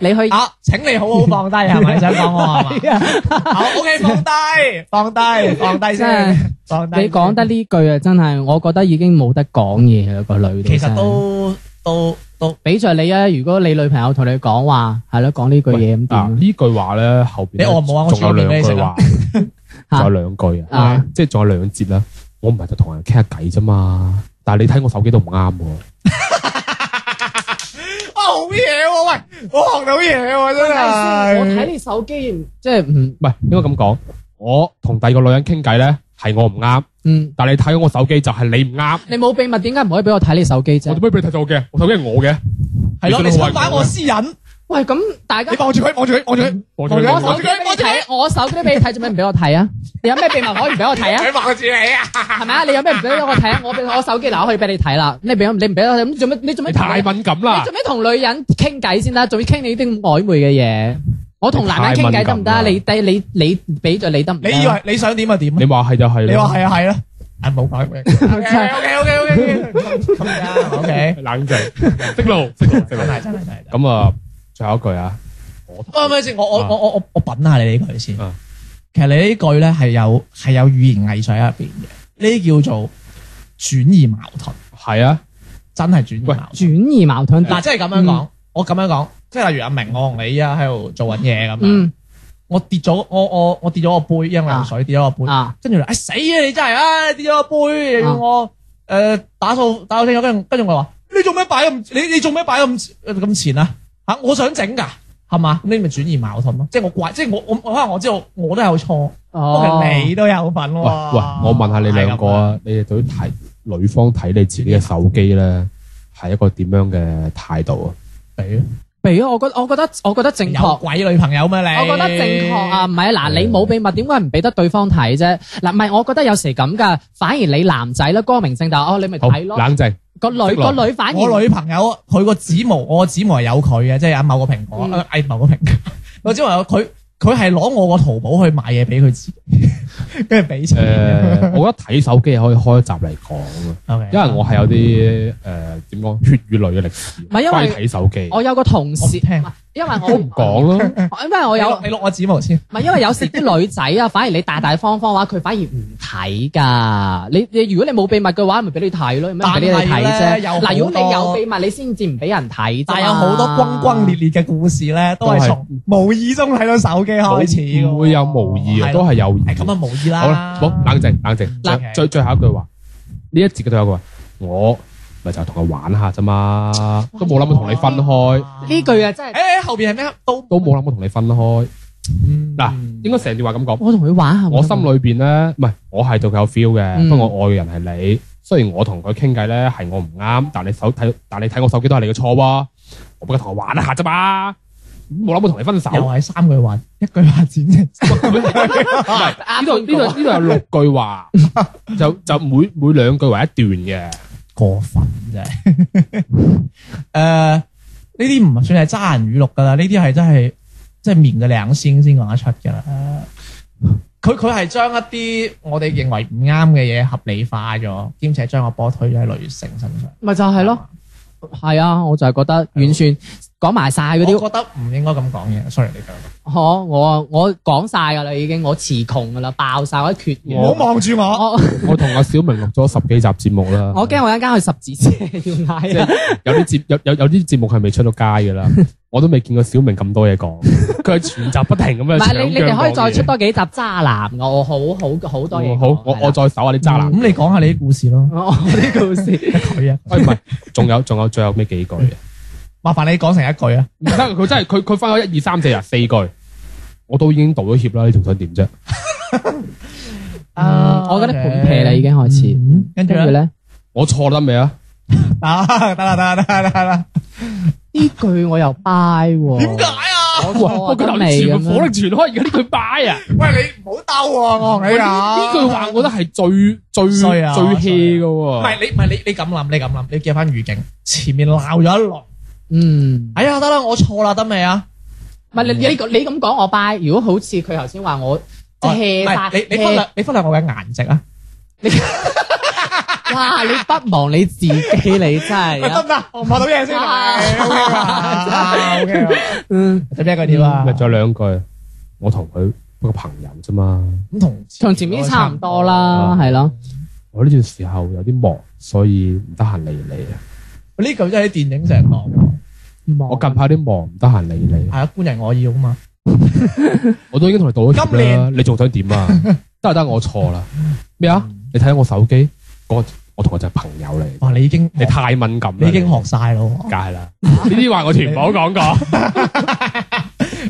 S2: 你去
S4: 啊！請你好好放低，係咪想講我係嘛？好，OK，放 Ờ, 低，放低，放低
S2: 真係
S4: 先，放低。
S2: 你講得，呢句啊，真係我覺得已經冇得講嘢啦個女。
S4: 其實都都都
S2: 俾着你啊！如果你女朋友同你講話係咯，講呢句嘢咁
S3: 嗱
S2: 點
S3: 啊呢句話咧後邊
S4: 你我冇啊我
S3: 仲有
S4: 坐面俾
S3: 兩
S4: 你食
S3: 句話
S4: 啊，
S3: 仲有兩句啊
S2: 啊，
S3: 即係仲有兩節啦。我唔係就同人傾下偈啫嘛，但係你睇我手機都唔啱喎。
S4: 哇好嘢喎！喂，我學到嘢喎，真係。
S2: 我睇你手機，即係唔
S3: 唔係應該咁講，我同第二個女人傾偈咧係我唔啱，
S2: 嗯，
S3: 但係你睇我手機就係你唔啱。
S2: 你冇秘密，點解唔可以俾我睇你手機
S3: 我
S2: 啫
S3: 點？解俾你睇到我嘅？我手機係我嘅，
S4: 係咯，
S3: 你
S4: 你
S3: 想
S4: 想反我私隱，
S2: 喂，咁大家
S4: 你望住佢，望住佢，望住佢，
S3: 我
S4: 我
S2: 我
S4: 我
S2: 手機俾你睇，我手機都俾你睇，做咩唔俾我睇啊？你有咩秘密可以唔俾我 睇啊？
S4: 佢望住你啊！
S2: 係咪啊？你有咩唔俾我睇啊？我俾我手機嗱，我可以俾你睇啦。你俾你唔俾我睇，咁做咩？你做
S3: 你
S2: 咩？
S3: 太敏感
S2: 你
S3: 啦
S2: 做！咩同女人傾偈先得？仲要傾你啲咁曖昧嘅嘢？我同男人傾偈得唔得啊？
S3: 你
S2: 你低你你俾咗你得唔得
S4: 你
S2: 啊？
S4: 以為你想點就點啊
S3: 你？話係就係，
S4: 你話係啊係啦，啊冇改咩？OK OK OK OK，咁噶 OK，
S3: 冷靜，息怒，息怒，息
S4: 真
S3: 怒。
S4: 係真係真係。
S3: 咁啊，最後一句啊，我
S4: 喂喂哦先，我
S2: 啊
S4: 我我我我我品下你呢句先
S3: 嗯。
S4: 其實你呢句咧係有係有語言藝術喺入邊嘅，呢啲叫做轉移矛盾，
S3: 係啊，
S4: 真係轉移矛盾。
S2: 轉移矛盾？嗯
S4: 啊嗱，即係咁樣講，我咁樣講，即係例如阿明，我同你依家喺度做緊嘢咁樣，
S2: 嗯
S4: 我跌咗我我我跌咗個杯，因為
S2: 啊
S4: 游水跌咗個杯，
S2: 啊，
S4: 跟住嚟，哎死啊你真係啊你跌咗個杯，又要我誒打掃打掃清楚，跟住跟住我話你做咩擺咁你你做咩擺咁咁前啊嚇我想整㗎係嘛？咁你咪轉移矛盾咯，即係我怪，即係我我我可能我知道我都有錯。
S2: 哦
S4: 不過哦你都有份喎。
S3: 喂喂，我問下你兩個啊，你哋對於睇女方睇你自己嘅手機咧，係一個點樣嘅態度啊？
S4: 係咁，
S2: 俾我覺我覺得我覺得正
S4: 你
S2: 確
S4: 有。鬼女朋友咩你？
S2: 我覺得正確啊，唔係嗱，你冇秘密點解唔俾得對方睇啫？嗱，唔係我覺得有時咁噶，反而你男仔咧光明正大，哦你咪
S3: 好
S2: 睇咯，
S3: 冷靜，
S2: 個女
S3: 直落
S2: 個女反而
S4: 我女朋友啊佢個指模，我個指模係有佢嘅，即係啊某個蘋果，
S2: 嗯
S4: 誒、某個蘋果， 我指模有佢，佢係攞我個淘寶去買嘢俾佢自己，跟住俾
S3: 誒
S4: 錢。，
S3: 我覺得睇手機係可以開一集嚟講啊，
S4: OK
S3: 因為我係有啲誒點講血與淚嘅歷史，
S2: 係因為
S3: 關於睇手機，
S2: 我有個同
S4: 我唔
S2: 事，
S4: 聽
S2: 因為我
S3: 都唔講 咯，
S2: 因為我
S4: 我
S2: 有
S4: 有你錄我指模先，
S2: 唔係，因為有時啲女仔啊，反而你大大方方嘅話，佢反而唔睇㗎。你你如果你冇秘密嘅話，咪俾你睇咯，有咩唔俾你睇
S4: 但係
S2: 啫？
S4: 咧有好多
S2: 嗱，如果你有秘密，你先至唔俾人睇啫嘛。
S4: 但係有好多轟轟烈烈嘅故事咧，都係從無意中睇到手機開始嘅喎。
S3: 唔會有無意啊，
S4: 係
S3: 都
S4: 咯
S3: 係有意
S4: 係。咁啊，無意啦。
S3: 好啦，好冷靜冷靜，最
S4: OK
S3: 最最後一句話，呢一節嘅最後一句話，我咪就係同佢玩下啫嘛，都冇諗過同你分開，
S2: 呢句啊，真係
S4: 誒後邊係咩？都
S3: 都冇諗過同你分開。嗱，應該成段話咁講。
S2: 我同佢玩下。
S3: 我心裏邊咧，唔係我係對佢有 feel 嘅，
S2: 嗯
S3: 不過我愛嘅人係你。雖然我同佢傾偈咧係我唔啱，但你手睇，但你睇我手機都係你嘅錯喎。我不過同佢玩一下啫嘛，冇諗過同你分手。
S4: 又係三句話，一句話剪啫。
S2: 啊
S3: 呢度呢度呢 度有六句話，就就每每兩句話一段嘅。
S4: 過分 真係。誒，呢啲唔算係渣人語錄㗎啦，呢啲係真係即係面嘅兩先先講得出㗎啦。佢佢係將一啲我哋認為唔啱嘅嘢合理化咗，兼且將個波推咗喺女性身上。
S2: 咪就係咯，係啊，我就係覺得完全講埋晒嗰
S4: 我
S2: 啲，
S4: 覺得唔應該咁講嘢。sorry，你講。
S2: 我我我講晒㗎啦，已經我詞窮㗎啦，爆晒我啲缺嘢。
S3: 我
S4: 望住我。
S2: 我
S3: 我同阿小明錄咗十幾集節目啦。
S2: 我驚我一陣間去十字車要
S3: 即
S2: 嗌
S3: 係
S2: 啦。
S3: 有啲節有有有啲節目係未出到 街㗎啦，我都未見過小明咁多嘢講，佢係全集不停咁樣
S2: 唔
S3: 搶
S2: 係你你哋可以再出多幾集渣男㗎，我好好哦好多嘢講。啊嗯
S3: 好，我我再搜下啲渣男。
S4: 咁你講下你啲故事 咯。
S2: 我啲故事，
S4: 佢啊，
S3: 喂，哎唔係，仲有仲有最後咩幾句啊？
S4: 麻煩你講成一句啊。
S3: 唔得，佢真係佢佢分開一二三四啊四句，我都已經道咗歉啦，你仲想點啫？
S2: 啊我覺得盤皮啦已經開始。
S4: 嗯跟
S2: 跟
S4: 住
S2: 住
S4: 咧，
S2: 咧，
S3: 我錯得未啊？
S4: 啊得啦得啦得啦得啦，
S2: 呢句我又 buy 喎。
S4: 點解啊？
S2: 我
S3: 哇！
S2: 錯
S3: 我哦佢
S2: 得
S3: 頭
S2: 未
S3: 先
S2: 咁
S3: 全部火力
S2: 樣？
S3: 全開，而家呢句 buy 啊！
S4: 喂，你唔好兜啊！我同你
S3: 喂呢
S4: 講
S3: 呢句話，我覺得係最最最
S4: 衰啊
S3: hea 嘅
S4: 唔
S3: 喎。
S4: 係你唔係你你咁諗，你咁諗，你記翻語境，前面鬧咗一輪，
S2: 嗯，
S4: 哎呀得啦，我錯啦，得未啊？
S2: 唔係你你你咁講我 buy。如果好似佢頭先話我即
S4: 哦
S2: 係 hea
S4: 唔係
S2: 晒
S4: 你你忽
S2: hea
S4: 略你忽略我嘅顏值啊？
S2: 哇！你不忘你自己，你真 係
S4: 得
S2: 啊
S4: 唔得？我唔學到嘢先
S2: 啊
S4: 啊？OK 啊
S2: 嗯，
S4: 做咩嗰啲啊
S3: 咪？仲有兩句，我同佢不過朋友啫嘛。
S4: 咁同
S2: 嗯同前面差唔多，啦，係咯。
S3: 我呢段時候有啲忙，所以唔得閒理你啊。
S4: 呢句真係喺電影成日講喎，哦
S3: 我近排有啲忙，唔得閒理你
S4: 係。啊官人我要啊嘛，
S3: 我都已經同你道咗
S4: 今
S3: 歉啦，
S4: 年
S3: 你仲想點 啊？得啊得啊，我錯啦。咩啊？
S4: 嗯
S3: 你睇下我手機，嗰個我同佢就係朋友嚟。
S4: 哇你已經
S3: 你太敏感啦，
S4: 你已經學晒咯喎。
S3: 梗係啦。呢啲話我全部都講過。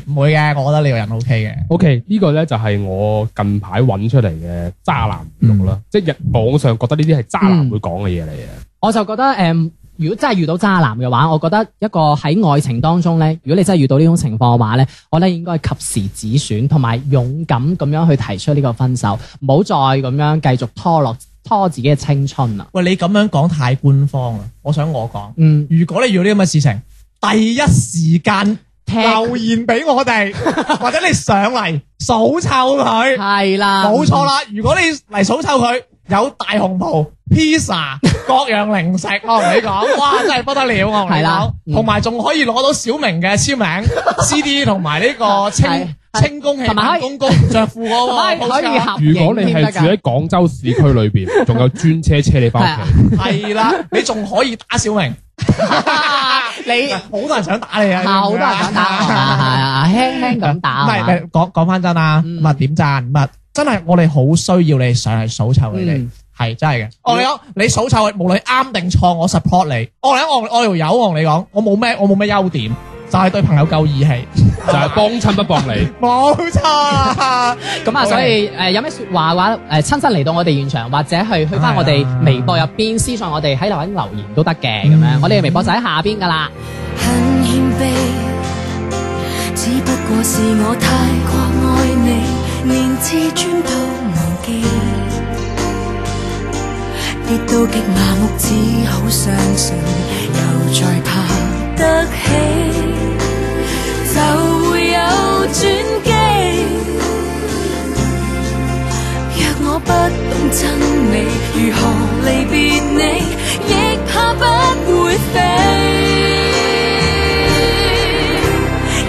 S4: 唔會嘅，我覺得你個人 O K 嘅。
S3: OK，呢個咧就係我近排揾出嚟嘅渣男語錄啦，
S2: 嗯
S3: 即係日網上覺得呢啲係渣男會講嘅嘢嚟嘅。
S2: 我就覺得誒、嗯如果真係遇到渣男嘅話，我覺得一個喺愛情當中咧，如果你真係遇到呢種情況嘅話咧，我咧應該及時止損，同埋勇敢咁樣去提出呢個分手，唔好再咁樣繼續拖落拖自己嘅青春啦。
S4: 喂，你咁樣講太官方啦，我想我講。
S2: 嗯，
S4: 如果你遇到呢啲咁嘅事情，第一時間
S2: 聽
S4: 留言俾 我哋，或者你上嚟數臭佢，
S2: 係啦，
S4: 冇錯。啦。如果你嚟數臭佢，有大紅袍、pizza、各 樣零食，我同你講，哇，真係不得了，我同你
S2: 係啦
S4: 講，
S2: 嗯
S4: 同埋仲可以攞到小明嘅 簽名 CD 同埋呢個清
S2: 係係
S4: 清宮戲
S2: 同埋可以
S4: 公公唔着褲嗰
S2: 可以
S4: 個
S2: 可以
S4: postcard
S2: 嗯合
S3: 如果
S2: 影
S3: 你
S2: 先
S3: 係
S2: 得
S3: 住喺
S2: 㗎，
S3: 廣州市區裏邊，仲有專車車你翻屋 企，
S4: 係啦，你仲可以打小明。
S2: 你
S4: 好多人想打你啊！
S2: 好多人想打我 啊，係啊，輕輕咁打
S4: 唔
S2: 我啊
S4: 係唔係講講翻真啦，
S2: 嗯
S4: 咁啊點讚，咁啊真係我哋好需要你哋上嚟數臭你哋
S2: 嗯，
S4: 係真係嘅。我同你講，你數臭，無論啱定錯，我 support 你。我同你講，我我條友，我同你講，我冇咩，我冇咩優點，就係對朋友夠義氣，
S2: 啊
S3: 就係幫親不幫你。
S4: 冇錯啊。
S2: 咁啊，
S4: 我哋
S2: 所以誒有咩説話嘅話，誒親身嚟到我哋現場，或者係去翻我
S4: 係啊
S2: 哋微博入邊私信我哋喺留言留言都得嘅咁樣。我哋嘅微博就喺下邊噶啦。
S5: 很謙卑，只不過是我太過愛你，連自尊都忘記。跌到極麻木，只好相信，又再爬得起，就會有轉機。若我不懂真理，如何離別你，亦怕不會飛。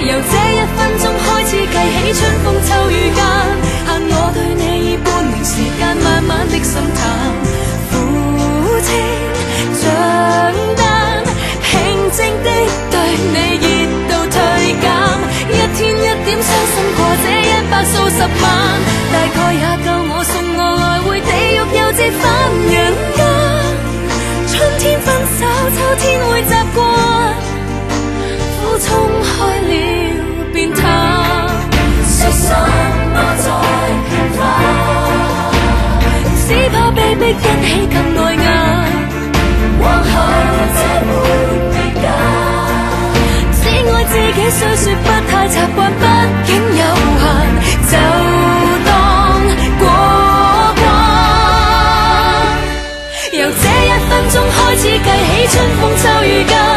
S5: 由這一分鐘開始計起春風秋雨間，限我對你已半年時間，慢慢的心淡，苦清長淡，平靜的對你熱到退減，一天一點傷心過這一百數十萬，大概也夠我送我來回地獄又折返人間，春天分手，秋天會習慣。苦衝開了變淡，說什麼再平凡，只怕被迫跟起更礙眼，往後這沒別間，只愛自己雖說不太習慣，畢竟有限，就當過關。由這一分鐘開始計起春風秋雨間，